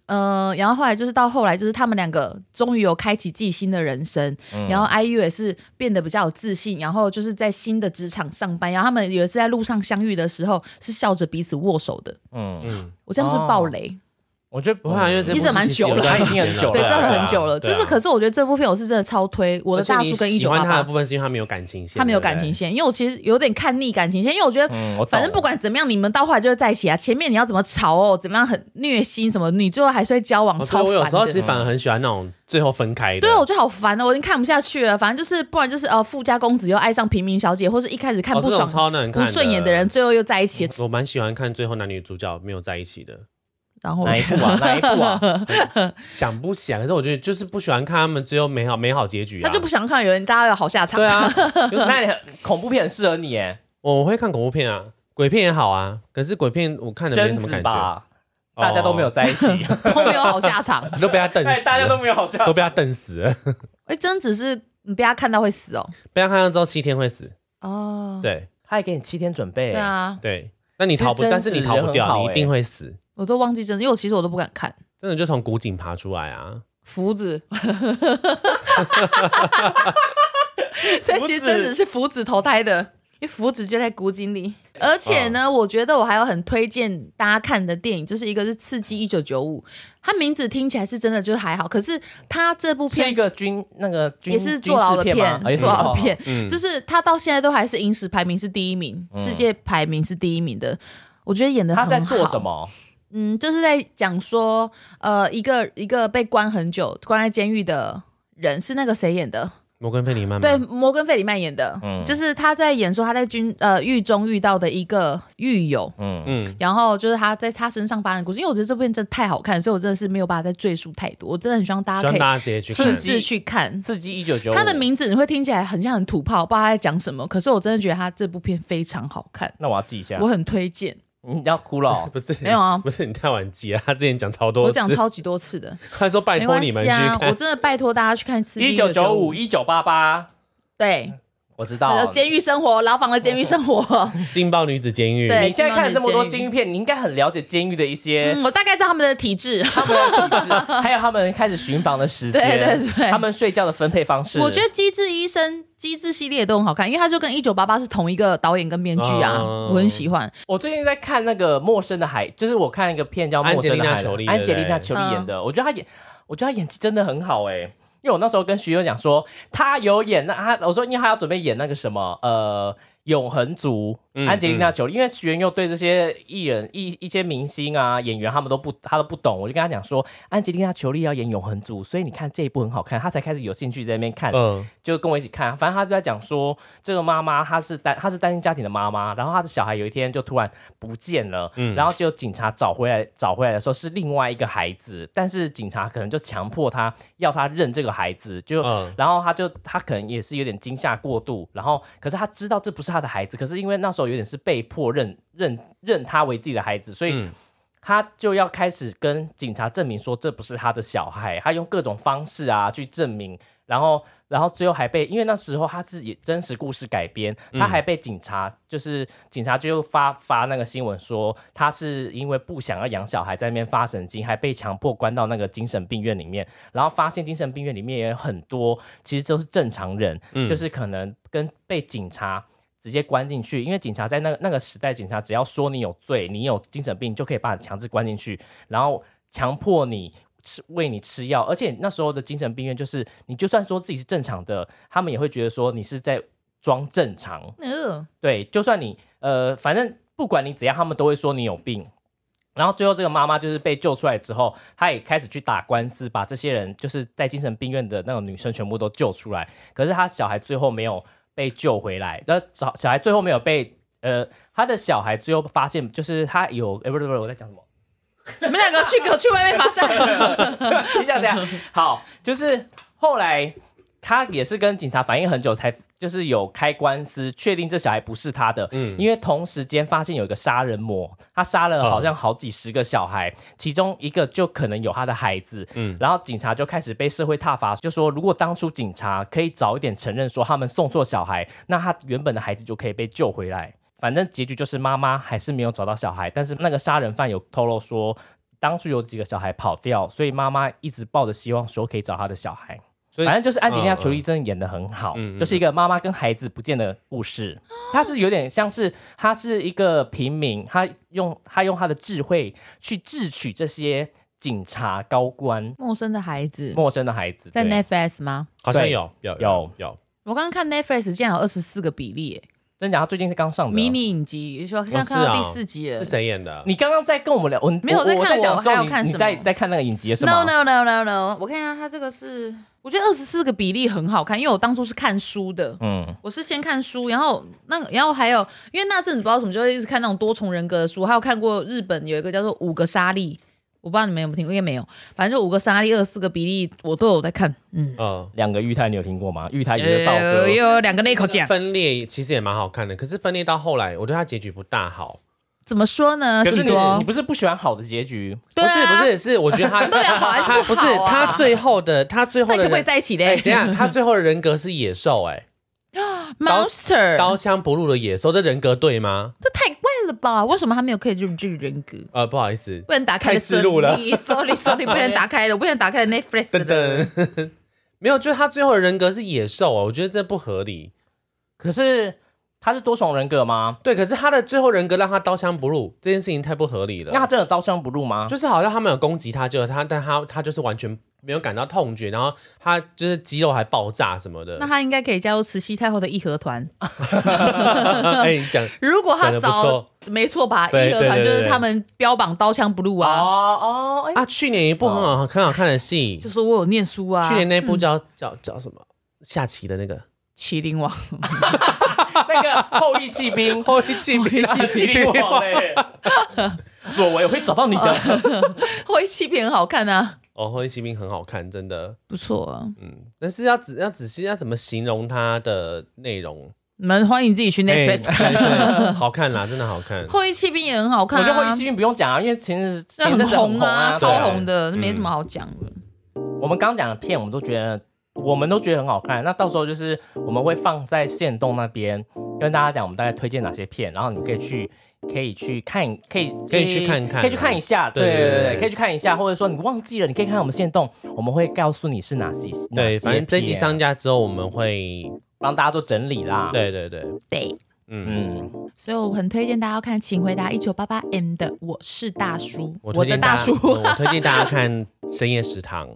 B: 呃，然后后来就是到后来，就是他们两个终于有开启自己新的人生，
A: 嗯
B: 然后 IU 也是变得比较有自信，然后就是在新的职场上班，然后他们有一次在路上相遇的时候是笑着彼此握手的，
C: 嗯，
A: 嗯，
B: 我这样是
C: 哦
B: 暴雷，
C: 我觉得
A: 不会啊，因为这
B: 其
A: 部
B: 实蛮久了
A: 已
C: 已经很久了
B: 对，
C: 对
B: 这
C: 啊
B: 很久了。
A: 哦对
B: 就
A: 啊
B: 是，可是我觉得这部片我是真的超推。我的大叔跟一
A: 喜
B: 九
A: 欢
B: 八
A: 他的
B: 八，
A: 部分是因为他没有感情线，
B: 他没有
A: 对不
B: 感
A: 对
B: 情线，因为我其实有点看腻感情线，因为我觉得。
C: 嗯，我
B: 反正不
C: 管
B: 管怎么样，你们到后来就会在一起啊。前面你要怎么吵哦，怎么样很虐心什么，你最后还是会交往，
A: 哦对
B: 超
A: 我有时候
B: 烦
A: 其实
B: 的。
A: 反而很喜欢那种最后分开的，
B: 对，我觉得好烦哦，我已经看不下去了。反正就是，不然就是呃，富家公子又爱上平民小姐，或是一开始看
A: 哦
B: 不
A: 这
B: 爽、
A: 种超难
B: 不
A: 看
B: 顺眼的人，，最后又在一起了。
A: 我蛮喜欢看最后男女主角没有在一起的，
B: 然后
C: 哪一部啊？哪一部啊？
A: 想不起来，可是我觉得就是不喜欢看他们最后美好美好结局、啊，
B: 他就不想看有人大家有好下 场。
A: 对啊，
C: 就是那里很恐怖片很适合你耶，
A: 我会看恐怖片啊，鬼片也好啊，可是鬼片我看的没
C: 贞
A: 什么
C: 子
A: 感觉，哦
C: 吧，大家都没有在一起，
B: 都没有好下场。
A: 都被他瞪
C: 哎，
A: 死，
C: 大家都没有好笑
A: 都，被他瞪死了，
B: 哎，真只是你被他看到会死哦。
A: 被他看到之后七天会死，
B: 哦，
A: 对
C: 他还给你七天准备，
B: 对，啊，
A: 对，那你逃不，
C: 可是贞
A: 但
C: 子
A: 是你逃不
C: 人很
A: 掉，
B: 欸
C: 好
A: 你一定会死，
B: 我都忘记真的，因为我其实我都不敢看
A: 真的就从古井爬出来啊，
B: 福 子。这其实真的是福子投胎的，因为福子就在古井里。而且
C: 哦
B: 呢，我觉得我还有很推荐大家看的电影，就是一个是《刺激一九九五》，它名字听起来是真的就是还好，可是它这部
C: 是一
B: 片。
C: 个军那个军
B: 也是坐牢的
C: 军事吗啊也 是
B: 坐牢的片，
A: 嗯
B: 就是它到现在都还是影史排名是第一名，世界排名是第一名的，我觉得演的
C: 嗯他在做什 么？
B: 嗯，就是在讲说，呃，一个一个被关很久、关在监狱的人是那个谁演的？
A: 摩根费里曼吗
B: 对，摩根费里曼演的，
C: 嗯
B: 就是他在演说他在军呃狱中遇到的一个狱友，
C: 嗯，
A: 嗯，
B: 然后就是他在他身上发生的故事。因为我觉得这部片真的太好看，所以我真的是没有办法再赘述太多。我真的很希望大家
A: 希
B: 可
A: 望
B: 以
A: 大家直接去
C: 刺
A: 看，
B: 亲
C: 激。
B: 自去看。
C: 刺激一九九五，
B: 他的，名字你会听起来很像很土炮，不知道他在讲什么。可是我真的觉得他这部片非常好看，
C: 那我要记一下
B: 我。很推荐。
C: 你要哭了哦
A: 不是
B: 没有啊
A: 不是你太晚记了，他之前讲超多次，
B: 我讲超级多次的，
A: 他说拜
B: 没
A: 托
B: 关
A: 你们
B: 系
A: 去
B: 啊，我
A: 看，
B: 真的拜托大家去 看《刺激
C: 一九九五
B: 五》。
C: 一九八八，
B: 对，
C: 我知
B: 叫
C: 道。
B: 监狱生
C: 哦
B: 活，牢房的监狱生 活。
A: 劲爆女子监狱》
B: 对
C: 你现在看了这么多
B: 金
C: 监狱片，你应该很了解监狱的一些
B: 嗯，我大概知道他们的体 质。
C: 他们的体质，还有他们开始巡房的时 间，
B: 对对对
C: 他们睡觉的分配方式。
B: 我觉得《机智医生》《机智》系列也都很好看，因为它就跟《一九八八》是同一个导演跟编剧啊，
C: 嗯
A: 哦
B: 我很喜欢。
C: 我最近在看那个《陌生的海》，就是我看一个片叫《陌生的
A: 安
C: 海
A: 吉丽娜裘丽》，
C: 安吉丽
A: 对不
C: 娜
A: 对
C: ·裘丽演的，我觉得她演，我觉得她演技真的很好哎、因为我那时候跟徐友讲说，她有演那她，我说因为她要准备演那个什么呃永恒族，
A: 嗯
C: 安吉丽娜·裘丽，因为徐元又对这些艺人一一些明星啊演员他们都不他都不懂，我就跟他讲说，安吉丽娜·裘丽要演永恒族，所以你看这一部很好看，他才开始有兴趣在那边看，
A: 嗯，
C: 就跟我一起看，反正他就在讲说，这个妈妈她是单她是单亲家庭的妈妈，然后她的小孩有一天就突然不见了，
A: 嗯
C: 然后就警察找回来找回来的时候是另外一个孩子，但是警察可能就强迫他要他认这个孩子，就、
A: 嗯
C: 然后他就他可能也是有点惊吓过度，然后可是他知道这不是他的孩子，可是因为那时候有点是被迫认认认他为自己的孩子，所以。
A: 嗯
C: 他就要开始跟警察证明说这不是他的小孩，他用各种方式啊去证明，然后然后最后还被，因为那时候他是以真实故事改编，他还被警察、就是警察就发发那个新闻说他是因为不想要养小孩在那边发神经，还被强迫关到那个精神病院里面，然后发现精神病院里面也有很多其实都是正常人，就是可能跟被警察。直接关进去，因为警察在那个那个时代，警察只要说你有罪，你有精神病，就可以把你强制关进去，然后强迫你吃喂你吃药，而且那时候的精神病院就是，你就算说自己是正常的，他们也会觉得说你是在装正常，
B: 嗯，
C: 对，就算你呃，反正不管你怎样，他们都会说你有病。然后最后这个妈妈就是被救出来之后，她也开始去打官司，把这些人就是在精神病院的那种女生全部都救出来。可是她小孩最后没有被救回来，那小小孩最后没有被呃，她的小孩最后发现就是她有，哎、不是不是，我在讲什么？
B: 你们两个去 给我去外面罚 站。
C: 等一下，等一下，好，就是后来他也是跟警察反映很久才。就是有开官司，确定这小孩不是他的，因为同时间发现有一个杀人魔，他杀了好像好几十个小孩，其中一个就可能有他的孩子，
A: 嗯
C: 然后警察就开始被社会挞伐，就说如果当初警察可以早一点承认说他们送错小孩，那他原本的孩子就可以被救回来。反正结局就是妈妈还是没有找到小孩，但是那个杀人犯有透露说，当初有几个小孩跑掉，所以妈妈一直抱着希望说可以找她的小孩。
A: 所以
C: 反正就是安吉丽娜·
A: 嗯嗯
C: 裘丽真的演的很好，
A: 嗯嗯
C: 就是一个妈妈跟孩子不见的故事。她是有点像是她是一个平民，她用她用她的智慧去智取这些警察高官
B: 陌生的孩子
C: 陌生的孩子。
B: 在
C: 对
B: Netflix 吗？
A: 好像
C: 对
A: 有有
C: 有
A: 有，
B: 我刚刚看 Netflix 竟然有二十四个比例耶，
C: 真假？她最近是刚上的
B: 迷。你影集，说
C: 哦
B: 现在看
A: 是
B: 到
A: 啊
B: 第四集了
A: 是。谁演的？
C: 你刚刚在跟我们聊，我
B: 没有
C: 我
B: 在看
C: 我在讲的时
B: 我还
C: 候，
B: 有
C: 你
B: 看
C: 你
B: 什
C: 在
B: 么
C: 在看那个影集是吗
B: No no no no no，我看一下，它这个是，我觉得二十四个比例很好看，因为我当初是看书的，
C: 嗯，
B: 我是先看书，然后那个然后还有，因为那阵子不知道什么，就会一直看那种多重人格的书，还有看过日本有一个叫做《五个沙粒》，我不知道你们有没有听过，应该没有，反正就五个沙粒、二十四个比例，我都有在看。嗯，
A: 嗯。
C: 两个玉泰你有听过吗？玉泰也
A: 哎
C: 是道哥，
B: 又有两个内口奖，
A: 分裂其实也蛮好看的，可是分裂到后来，我对它结局不大好。
B: 怎么说呢？
C: 可是你
B: 说
C: 你不是不喜欢好的结局？
B: 对啊，
A: 不是不是，是我觉 得他
B: 到底好还是不好啊
A: 他不是他最后的他最
B: 那
A: 后
B: 你
A: 的
B: 可不可以
A: 人，
B: 在一起
A: 哎，
B: 嘞
A: 等一下他最后的人格是野兽， 哎，
B: ？Monster，
A: 刀枪不入的野兽，这人格对吗？
B: 这太怪了吧？为什么他没有可以入这个人格？
A: 呃，不好意思，
B: 不能打开的
A: 太自入了
B: sorry sorry，不能打开了，不能打开的 Netflix
A: 等
B: 的
A: 等， 没有，就是他最后的人格是野兽啊，我觉得这不合理。
C: 可是他是多重人格吗？
A: 对，可是他的最后人格让他刀枪不入，这件事情太不合理了。
C: 那他真的刀枪不入吗？
A: 啊就是好像他们有攻击他，就他，但他他就是完全没有感到痛觉，然后他就是肌肉还爆炸什么的
B: 那。他应该可以加入慈禧太后的义和团。
A: 哎，你讲
B: 如果 他
A: 讲得不
B: 早
A: 错，
B: 没错吧？
A: 对
B: 义和团
A: 对对
B: 就
A: 对
B: 是他们标榜刀枪不入啊，
C: 哦哦，哎、
A: 啊，去年一部很好很好看的戏
B: 就，说我有念书啊。
A: 去年那部叫叫叫什么？下棋的那个
B: 麒麟王，
C: 那个 后羿弃兵，
A: 后羿弃兵，
B: 后羿
C: 麒 麟王 嘞，左为会找到你的。
B: 后羿弃兵很好看啊，
A: 哦，后羿弃兵很好看，真的，
B: 不错啊。
A: 嗯，但是要仔要仔细要怎么形容它的内容，
B: 你们欢迎自己去
A: 哎
B: Netflix 看。
A: 对好看啦，真的好看。
B: 后羿弃兵也很好
C: 我
B: 看、啊，
C: 觉得后羿弃兵不用讲啊，因为前阵
B: 这很红
C: 红
B: 啊，
A: 对啊
B: 超红的，那没什么
A: 嗯
B: 好讲的。
C: 我们刚刚讲的片，我们都觉得我们都觉得很好看。那到时候就是我们会放在线动那边跟大家讲，我们大概推荐哪些片，然后你们可以去。可以去看，可以
A: 可以去看看
C: 可以去看一下，
A: 对
C: 对对
A: 对
C: 对
A: 对
C: 对，
A: 对
C: 可以去看一下，或者说你忘记了，你可以看我们线动，我们会告诉你是哪些。哪
A: 对，
C: 些
A: 反正这一集
C: 片
A: 上架之后，我
B: 嗯
A: 们会，
C: 帮大家做整理啦。，
A: 对对对，
B: 对，
A: 嗯，
C: 嗯，
B: 所以我很推荐大家看《请回答一九八八 M》的《我是大叔》，我
A: 推
B: 的
A: 荐
B: 大
A: 家
B: 叔
A: 嗯我推荐大家看《深夜食堂》，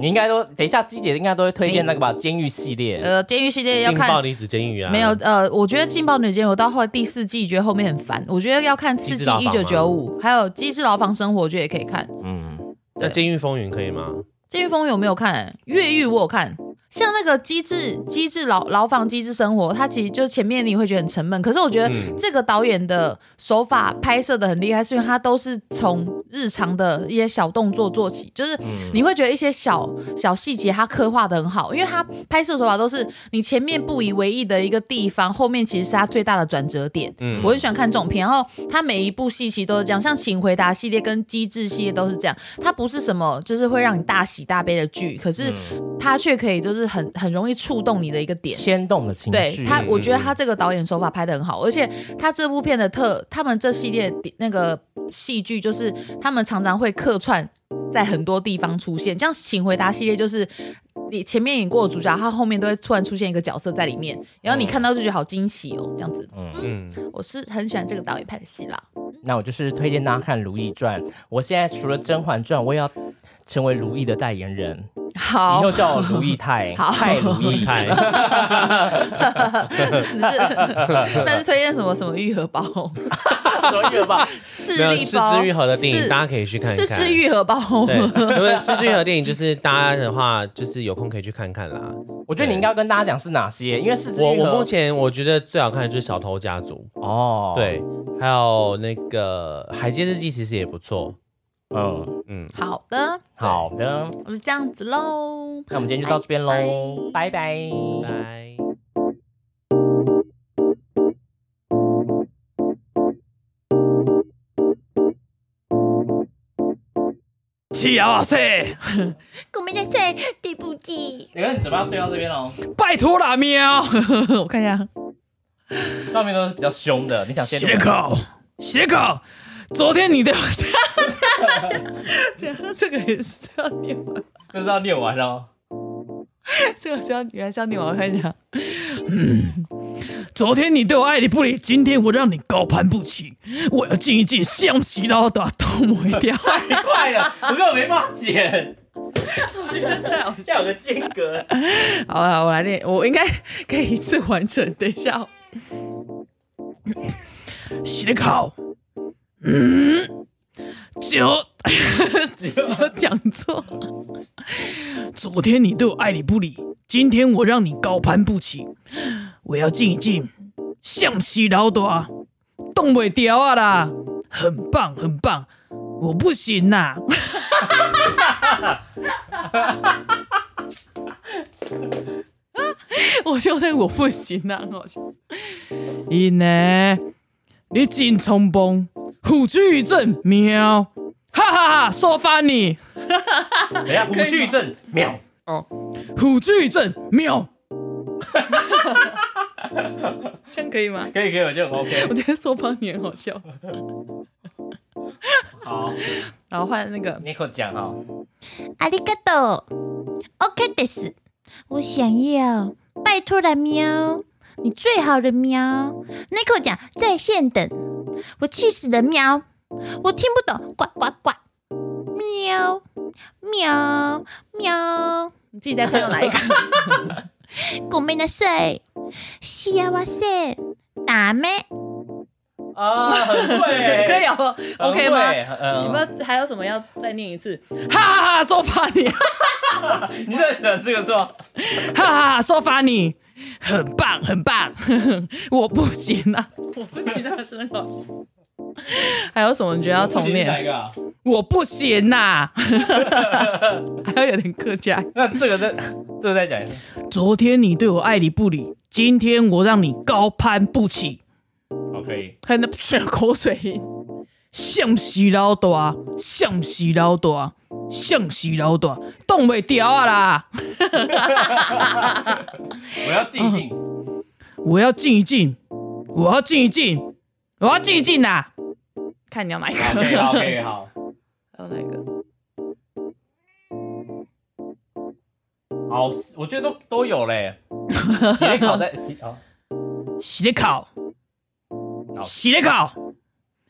C: 你应该都等一下，鸡姐应该都会推荐那个吧，监狱系列。
B: 嗯呃，监狱系列要
A: 劲爆
B: 看。
A: 离子监狱啊，
B: 没有，呃，我觉得《劲爆女监》我到后来第四季觉得后面很烦，我觉得要看《刺
A: 机
B: 激
A: 智牢
B: 一
A: 房
B: 九九五》，还有《机智牢房生活》，我觉得也可以看。
C: 嗯，
A: 那《监狱风云》可以吗？
B: 《监狱风云》有没有看、
A: 哦
B: 越狱我有看，像那个机智机智牢牢房机智生活，它其实就前面你会觉得很沉闷，可是我觉得
A: 嗯
B: 这个导演的手法拍摄的很厉害，是因为他都是从日常的一些小动作做起，就是
A: 嗯
B: 你会觉得一些小小细节他刻画的很好，因为他拍摄手法都是你前面不以为意的一个地方，后面其实是他最大的转折点。
A: 嗯
B: 我很喜欢看这种片，然后他每一部戏其实都是这样，像《请回答》系列跟《机智》系列都是这样，它不是什么就是会让你大喜大悲的剧，可是它却可以就是很很容易触动你的一个点。
C: 牵动的情
B: 对
C: 绪。
B: 他，我觉得
A: 嗯
B: 他这个导演手法拍的很好，而且他这部片的特，他们这系列的那个戏剧就是他们常常会客串在很多地方出现，像《请回答》系列就是。你前面演过的主角，他后面都会突然出现一个角色在里面，然后你看到就觉得好惊喜哦，这样子。
A: 嗯，
B: 我是很喜欢这个导演拍的戏啦。
C: 那我就是推荐大家看《如懿传》。我现在除了《甄嬛传》，我也要成为如懿的代言人，以
B: 好
C: 后，叫我如懿太，
B: 哦好
C: 太如 懿。
A: 太
B: 是 那是推荐什么什么愈合包，
C: 所以吧，
B: 视
A: 没有《
B: 力
A: 失
B: 包，
A: 之愈合》的电
B: 是
A: 影，大家可以去看一
B: 是
A: 看。
B: 之愈合包。
A: 对，因为《失之愈合》电影就是大家的话，就是有空可以去看看啦。
C: 我觉得你应该要跟大家讲是哪些，因为是
A: 我我目前我觉得最好看的就是《小偷家族》，
C: 哦，，
A: 对，还有那个《海街日记》其实也不错。
C: 嗯，
A: 嗯，
B: 好的，
C: 好的，
B: 我们就这样子喽。
C: 那我们今天就到这边喽，拜拜。
A: 拜。
D: 七爻啊塞，
B: 我们在赛，对不起，
C: 你看你嘴巴对到这边哦，
D: 拜托啦喵，
B: 我看一下，
C: 上面都是比较凶的，你想先
D: 斜口斜口，昨天你的
B: 这样这个也是要念完，
C: 这是要念完哦。
D: 哎
B: 这个是要原来是要念完，我看一下。
D: 嗯昨天你对我爱理不理，今天我让你高攀不起，我要静一静，象棋然后打动我一条。
C: 太快了，我根本没办法剪，
B: 我觉得太好笑
C: 要有个间隔。
B: 了 好了，我来念，我应该可以一次完成。等一下哦，
D: 斜口，嗯，
B: 嗯
D: 就
B: 我讲错。
D: 昨天你对我爱理不理，今天我让你高攀不起，我要静一静，向西老大，动不掉啊啦，很棒很棒，我不行啊呐、
B: 我觉得我不行啊，很好笑。
D: 因呢，你真冲动，虎躯一震，喵，哈哈哈，说翻你，
C: 等一下，虎踞一震，秒。
D: 虎躯一震，喵，
B: 这样可以吗？
C: 可以可以，我觉得很 OK
B: 我。觉得说帮你很好笑。
C: 好，
B: 然后 换那个，
C: 你给我讲哦。
E: ありがとう。OK です。我想要，拜托了喵，你最好的喵。Nico 讲在线等，我气死了喵，我听不懂，呱呱呱，喵喵喵。
B: 你自己再看到哪一个？
E: ごめんなさい。幸せ。ダメ。
C: 啊，很 会，
B: 可以哦
C: 很
B: ，OK 吗？
C: 会
B: 你
C: 嗯，
B: 们还有什么要再念一次？哈哈哈，说法你，哈
C: 你在等这个是吧？
D: 哈哈哈，说法你很棒，很棒，我不行啊，
B: 我不行啊，真的好笑。还有什么你觉得要重
C: 不行是哪一
B: 念？
C: 个啊？
D: 我不行
B: 啊
D: 呐、还有点客家。
C: 那这个再这个再讲一次。
D: 昨天你对我爱理不理，今天我让你高攀不起，
C: 好，哦可以。
B: 还有那水口水 音，
D: 像不是老大，像不是老大，像不是老大，冻袂掉啊啦！
C: 我要静静。
B: 哦
D: 我要静一静，我要静一静，我要静一静呐、
B: 看你要哪一个？
C: OK，好，OK，好，
B: 还有哪一个？
C: 好，我觉得都都 有嘞。写考在写哦，
D: 是咧考，是咧考，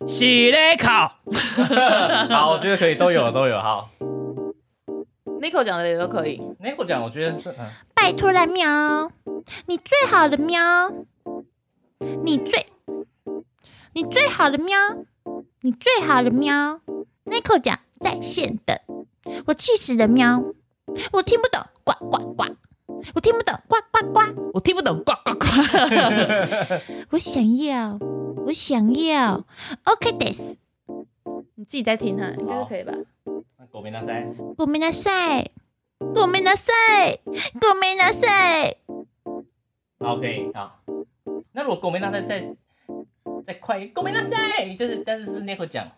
D: 是咧考，
C: 好，我觉得可以，都有，都有。好，
B: Nico 讲的也都可以。
C: 那我讲，我觉得是嗯，
E: 拜托了喵，你最好的喵，你最，你最好的喵，你最好的喵。Nico 讲在线等，我气死了喵，我听不懂呱呱呱，我听不懂呱呱呱，
B: 我听不懂，呱呱呱。
E: 我想要，我想要，OK this。
B: 你自己在听哈，应该是可以吧？
C: 那狗没那塞，
E: ごめんなさい，ごめんなさい，ごめんなさい。
C: 好，可以，好。那如果狗没那塞再再快一点，狗没那塞，就是但是是那个讲，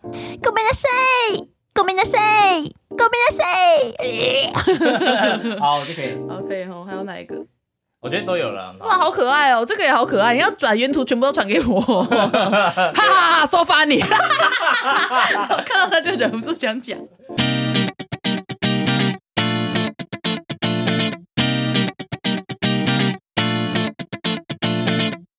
E: ごめんなさい，ごめんなさい，ごめんなさい。
C: 好，就可以。
B: 好，可以哦。还有哪一个？
C: 我觉得都有了。
B: 哇，好可爱哦，这个也好可爱。你要转原图，全部都传给我。哈哈哈，说翻你。我看到他就忍不住想讲。